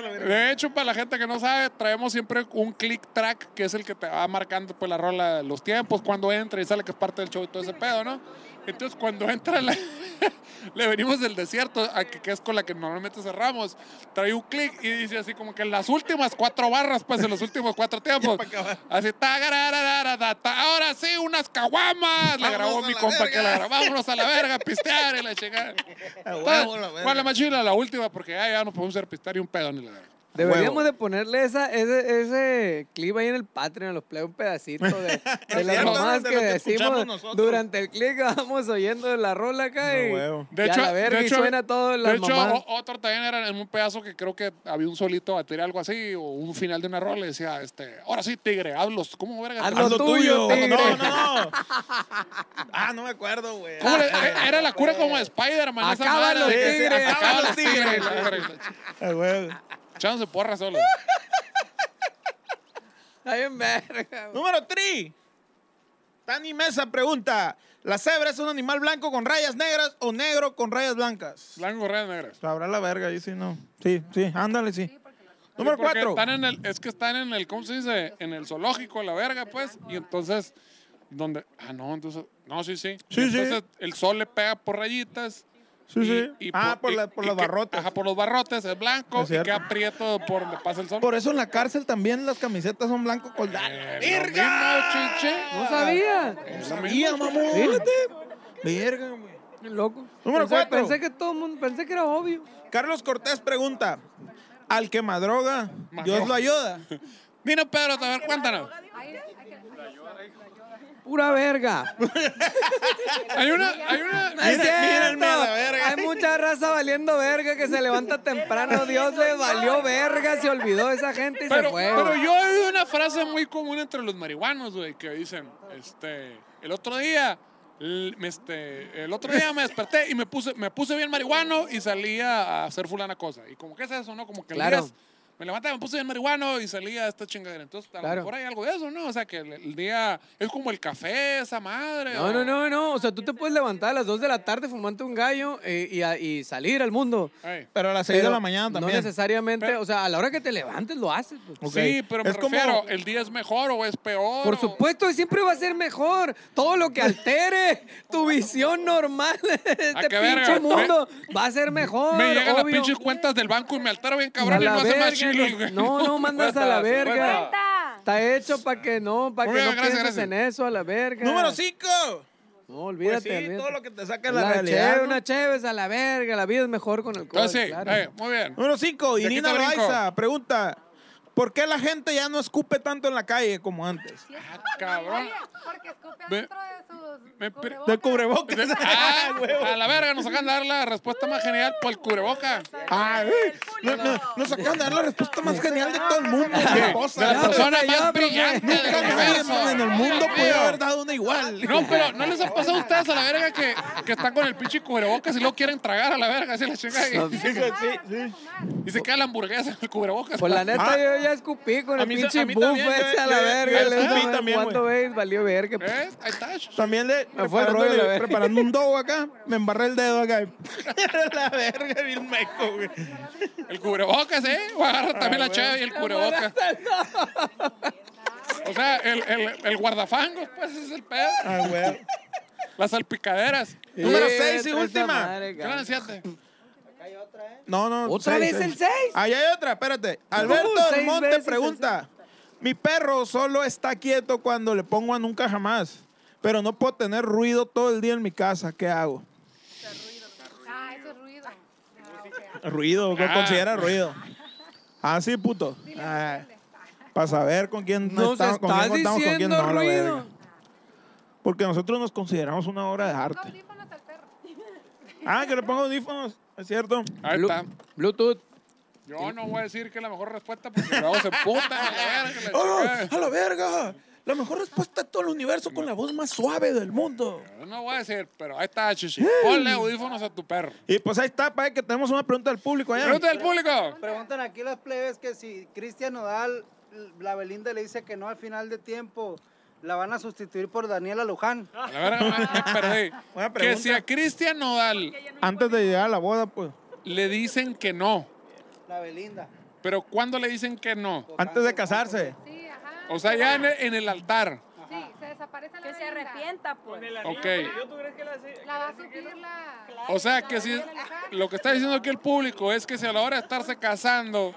A: de- de hecho, para la gente que no sabe, traemos siempre un click track, que es el que te va marcando pues, la rola, los tiempos, cuando entra y sale, que es parte del show y todo ese pedo, ¿no? Entonces, cuando entra, la- le venimos del desierto, a que, que es con la que normalmente cerramos, trae un click y dice así como que las últimas cuatro barras, pues, de los últimos cuatro tiempos. Así, tagarararara, ta- ahora sí, unas caguamas, le
B: Vámonos
A: grabó
B: a
A: mi
B: la
A: compa que
B: verga.
A: la grabó, vámonos a la verga, a pistear y la chingada.
B: A huevo, la verga.
A: ¿Cuál la machila? La última, porque ah, ya, ya no podemos ser pistar y un pedo ni la verga.
C: Deberíamos
B: Huevo.
C: de ponerle esa, ese, ese clip ahí en el Patreon, los play un pedacito de, de las
B: cierto,
C: mamás
B: de
C: que
B: lo que
C: decimos
B: escuchamos nosotros.
C: durante el clic, vamos oyendo la rola acá
B: No,
C: y,
B: huevo.
C: y a la verga y suena todo las
A: de hecho,
C: mamás.
A: o- otro también era en un pedazo que creo que había un solito batería, algo así, o un final de una rola, y decía, este, ahora sí, tigre, hazlos, ¿cómo verga?
C: Hazlo
B: Haz lo
C: tú.
B: tuyo.
C: tuyo, tigre.
B: No, no, no. Ah, no me acuerdo, güey.
A: ¿Cómo le- e- era la cura como de Spider-Man. esa madre
C: Acábalos,
A: de que-
C: tigre,
A: acábalos,
B: acábalos, tigre.
A: tigre, la verga.
B: A huevo.
A: Echándose porras solo.
C: Está bien verga, güey.
B: Número 3. Tani Mesa pregunta: ¿La cebra es un animal blanco con rayas negras o negro con rayas blancas?
A: Blanco, redes negras.
B: Sabrá la verga, yo sí no. Sí, sí, ándale, sí. Número
A: Sí, porque
B: 4.
A: Están en el, es que están en el, ¿cómo se dice? En el zoológico, la verga, pues. Y entonces, donde, ah, no, entonces, no, sí, sí.
B: Sí,
A: Y
B: sí.
A: entonces el sol le pega por rayitas.
B: Sí,
A: y-
B: sí.
A: y
B: ah, por,
A: y-
B: la- por
A: y
B: los
A: que-
B: barrotes.
A: Ajá, por los barrotes, es blanco
B: Es
A: y
B: cierto.
A: queda prieto por donde pasa el sol.
B: Por eso en la cárcel también las camisetas son blanco
A: Eh,
B: coldadas.
A: lo mismo, chiche.
C: No sabía.
A: Es lo
B: Sabía,
A: mismo.
B: mamón.
C: Fíjate.
B: Verga, güey.
C: Qué Loco.
B: Número
C: Pensé-
B: cuatro.
C: Pensé que todo el mundo, pensé que era obvio.
B: Carlos Cortés pregunta: ¿Al que madroga, Dios lo
A: Madroga.
B: ayuda?
A: Mira, Pedro, a ver, cuéntanos.
E: Ahí, hay que-
C: Pura verga.
A: Hay una, hay una,
C: No es
B: Miren-
C: cierto.
B: mírenme a la verga.
C: Hay mucha raza valiendo verga que se levanta temprano. Dios le valió verga, se olvidó de esa gente y se
A: Pero,
C: fue.
A: pero
C: güey.
A: yo he oído una frase muy común entre los marihuanos, güey, que dicen, este, el otro día, l- me, este, el otro día me desperté y me puse, me puse bien marihuano y salí a hacer fulana cosa. Y como que es eso, ¿no? Como que el
C: Claro.
A: día es- me levanté, me puse bien marihuano y salí a esta chingadera. Entonces, a lo
C: Claro.
A: mejor hay algo de eso, ¿no? O sea, que el, el día es como el café, esa madre.
C: No,
A: o-
C: no, no, no. O sea, tú te puedes levantar a las 2 de la tarde fumando un gallo eh, y, a- y salir al mundo.
A: Ey.
B: Pero a las 6 de
C: Pero
B: la mañana también.
C: No necesariamente.
A: Pero-
C: o sea, a la hora que te levantes lo haces. pues.
B: Ok.
A: Sí, pero me
B: Es como-
A: refiero, ¿el día es mejor o es peor?
C: Por
A: o-
C: supuesto, siempre va a ser mejor. Todo lo que altere tu visión normal de
B: Ah,
C: este
A: qué
C: pinche
A: verga?
C: mundo va a ser mejor.
A: Me llegan las
C: obvio.
A: pinches cuentas del banco y me altero bien
C: A
A: cabrón y
C: la
A: no hace más
C: verga,
A: chilos, güey.
C: No, no, mandas a la
A: Cuentas,
C: verga.
A: cuentas.
D: ¡Cuenta!
C: Está hecho para que no, para
A: Muy
C: que
A: bien,
C: no
A: gracias,
C: pienses
A: gracias.
C: en eso a la verga.
B: Número 5.
C: No,
B: Pues
C: olvídate.
B: sí,
C: olvídate.
B: todo lo que te saca es
C: Es
B: la, realidad.
C: cheve,
B: ¿no?
C: Una chévere a la verga, la vida es mejor con alcohol.
A: Entonces, sí,
C: claro.
A: eh, muy bien.
B: Número 5.
A: De aquí
B: Irina
A: te brinco.
B: Loaiza pregunta: ¿Por qué la gente ya no escupe tanto en la calle como antes?
A: Ah, cabrón.
E: Oye, Porque escupe
A: Me-
E: adentro de sus
A: me pre-
E: cubrebocas.
B: Del cubrebocas.
A: Ah,
B: huevo.
A: a la verga, nos acaban de dar la respuesta más genial por el cubreboca.
B: Ah, eh, no, no, nos acaban de dar la respuesta más genial de todo el mundo.
A: Sí,
B: Qué
A: de
B: cosa.
A: la
C: Ya,
A: persona
C: profe,
A: más
C: ya, profe.
A: brillante del
B: Nunca nadie
A: universo.
B: en el mundo
A: Dios
B: puede
A: mío.
B: haber dado una igual.
A: No, pero ¿no les ha pasado a ustedes a la verga que, que están con el pinche cubrebocas y luego quieren tragar a la verga? Así la chingada
C: No,
A: y,
B: Sí, sí,
E: Ah,
B: sí.
E: no fumar.
A: y se queda la hamburguesa en el ¿Eh? cubrebocas.
C: Pues la neta, yo ya escupí con
B: Ah. A
C: el
B: mí se-
C: pinche
B: a mí
C: buff
B: también, yo-
C: ese a
B: yo-
C: la
B: yo
C: verga.
B: escupí
C: la neta,
B: también,
C: ¿Cuánto veis? Valió verga.
A: ¿Eh? Ahí está.
B: También le
C: Me fue el
B: preparando-
C: rollo, la verga.
B: preparando un dogo acá, me embarré el dedo acá. la verga, bien meco, güey.
A: El cubrebocas, ¿eh? O agarra
B: Ah,
A: también la chave y el cubrebocas. O sea, el, el, el guardafangos, pues, es el pedo.
B: Ah, güey.
A: Las salpicaderas.
B: Número
C: Sí,
B: seis y
C: esa
B: última.
C: madre,
A: ¿Qué eran
C: cabrón.
A: siete?
B: No, no.
C: ¿Otra
B: seis,
C: vez el seis? Uh,
B: Ahí hay otra, espérate. Alberto
C: seis
B: del Monte
C: veces el
B: pregunta: Mi perro solo está quieto cuando le pongo a nunca jamás, pero no puedo tener ruido todo el día en mi casa. ¿Qué hago?
E: Ah, eso es ruido. Ah, ok.
B: Ruido, ¿qué
A: Ah.
B: considera ruido? Ah, sí, puto. Para saber con quién
C: Nos
B: estamos, con
C: estás
B: quién contamos, con quién
C: diciendo
B: no, la verga.
C: ruido.
B: Porque nosotros nos consideramos una obra de arte.
E: Audífonos al perro.
B: Ah, que le pongo audífonos, es cierto.
A: Ahí
C: Blu-
A: está.
C: Bluetooth.
A: Yo no voy a decir que es la mejor respuesta porque luego se puta.
C: Ah.
B: ¡Oh, no! ¡A la verga! La mejor respuesta de todo el universo con la voz más suave del mundo.
A: Yo no voy a decir, pero ahí está, chichi. Ponle audífonos a tu perro.
B: Y pues ahí está, para que tenemos una pregunta del público allá.
A: Pregunta del público.
F: Preguntan aquí las plebes que si Cristian Nodal, la Belinda le dice que no al final de tiempo, la van a sustituir por Daniela Luján.
A: A La verdad, me
B: Buena
A: perdí. Que
B: pregunta.
A: si a Cristian Nodal
B: Antes de llegar a la boda, pues.
A: le dicen que no,
F: La Belinda.
A: pero ¿cuándo le dicen que no?
B: Antes de casarse.
E: Sí, ajá.
A: O sea, ya en el, en el altar.
E: Sí, se desaparece la
D: Que se
E: Belinda.
D: arrepienta, pues.
A: Ok.
E: La va a subir la...
A: O sea, que si lo que está diciendo aquí el público es que si a la hora de estarse casando,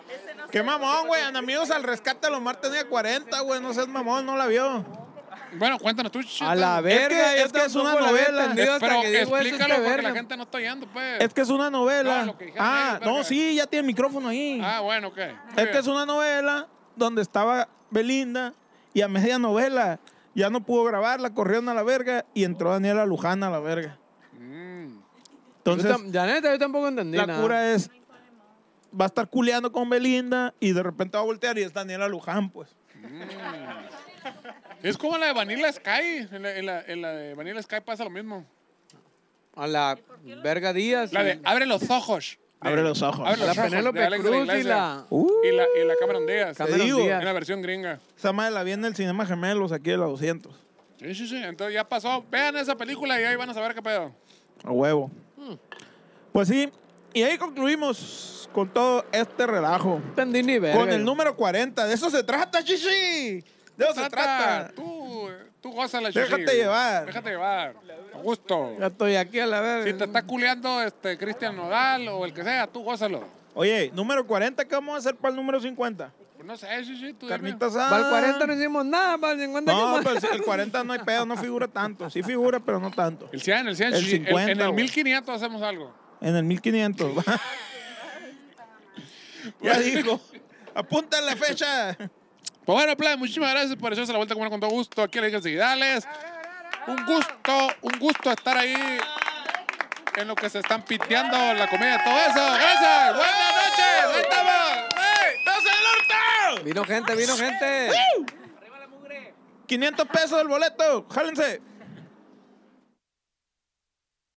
B: Qué mamón, güey. En Amigos al Rescate, Lomar tenía 40, güey. No seas mamón, no la vio.
A: bueno, cuéntanos tú, chichi.
C: A
B: Es
C: la
B: que-
C: verga.
B: es que es una novela.
A: Pero
C: Pero
A: explícalo porque la gente no está oyendo, pues.
B: Es que es una novela.
A: No, lo que dijeron
B: ah,
A: ellos,
B: no,
A: verga.
B: sí, ya tiene el micrófono ahí.
A: Ah, bueno, ok.
B: Es que es una novela donde estaba Belinda y a media novela ya no pudo grabarla, corrieron a la verga y entró Daniela Luján a la verga. Entonces,
C: La neta, yo tampoco entendí
B: la
C: nada.
B: cura es, va a estar culeando con Belinda y de repente va a voltear y es Daniela Luján, pues.
A: Es como la de Vanilla Sky. En la, en la- en la de Vanilla Sky pasa lo mismo.
C: A la verga Díaz.
A: La de abre los ojos.
B: Abre los ojos.
A: Abre los
C: La
A: ojos
C: Penélope
A: de Alex de la
C: Cruz y
A: Iglesia.
C: la-
A: Y la, y la Cameron Díaz.
C: Cameron
A: Te digo,
C: Díaz.
A: En la versión gringa.
B: Esa madre la vi en el Cinema Gemelos, aquí de la 200.
A: Sí, sí, sí. Entonces ya pasó. Vean esa película y ahí van a saber qué pedo.
B: A huevo.
C: Mm.
B: Pues sí, y ahí concluimos con todo este relajo.
C: Entendí ni verga,
B: Con el
C: yo.
B: número 40. De eso se trata, chichi. De eso se trata.
A: Tú, tú goza la
B: Déjate llevar.
A: Déjate llevar. A gusto.
C: Ya estoy aquí a la vez.
A: Si te está culeando este Cristian Nodal o el que sea, tú gózalo.
B: Oye, número 40, ¿qué vamos a hacer para el número 50?
A: Pues no sé, sí, sí, tú dime.
B: Carnitas asada.
C: Para el 40 no hicimos nada, para el 50
B: No, pues-
C: hicimos-
B: pero el 40 no hay pedo, no figura tanto. Sí figura, pero no tanto.
A: El 100, el 100,
B: El
A: sí, sí.
B: 50,
A: en el
B: güey.
A: 1500 hacemos algo.
B: En el 1500. ya dijo. Apunta la fecha.
A: Pues bueno, plan, muchísimas gracias por echarse la vuelta como no, con todo gusto. Aquí en Ligas Seguidales. Un gusto, un gusto estar ahí en lo que se están piteando la comedia, todo eso. Gracias, buenas noches, ahí estamos. ¡Ey!
B: ¡No se el orto!
C: Vino gente, vino gente.
B: 500 pesos el boleto. Jálense.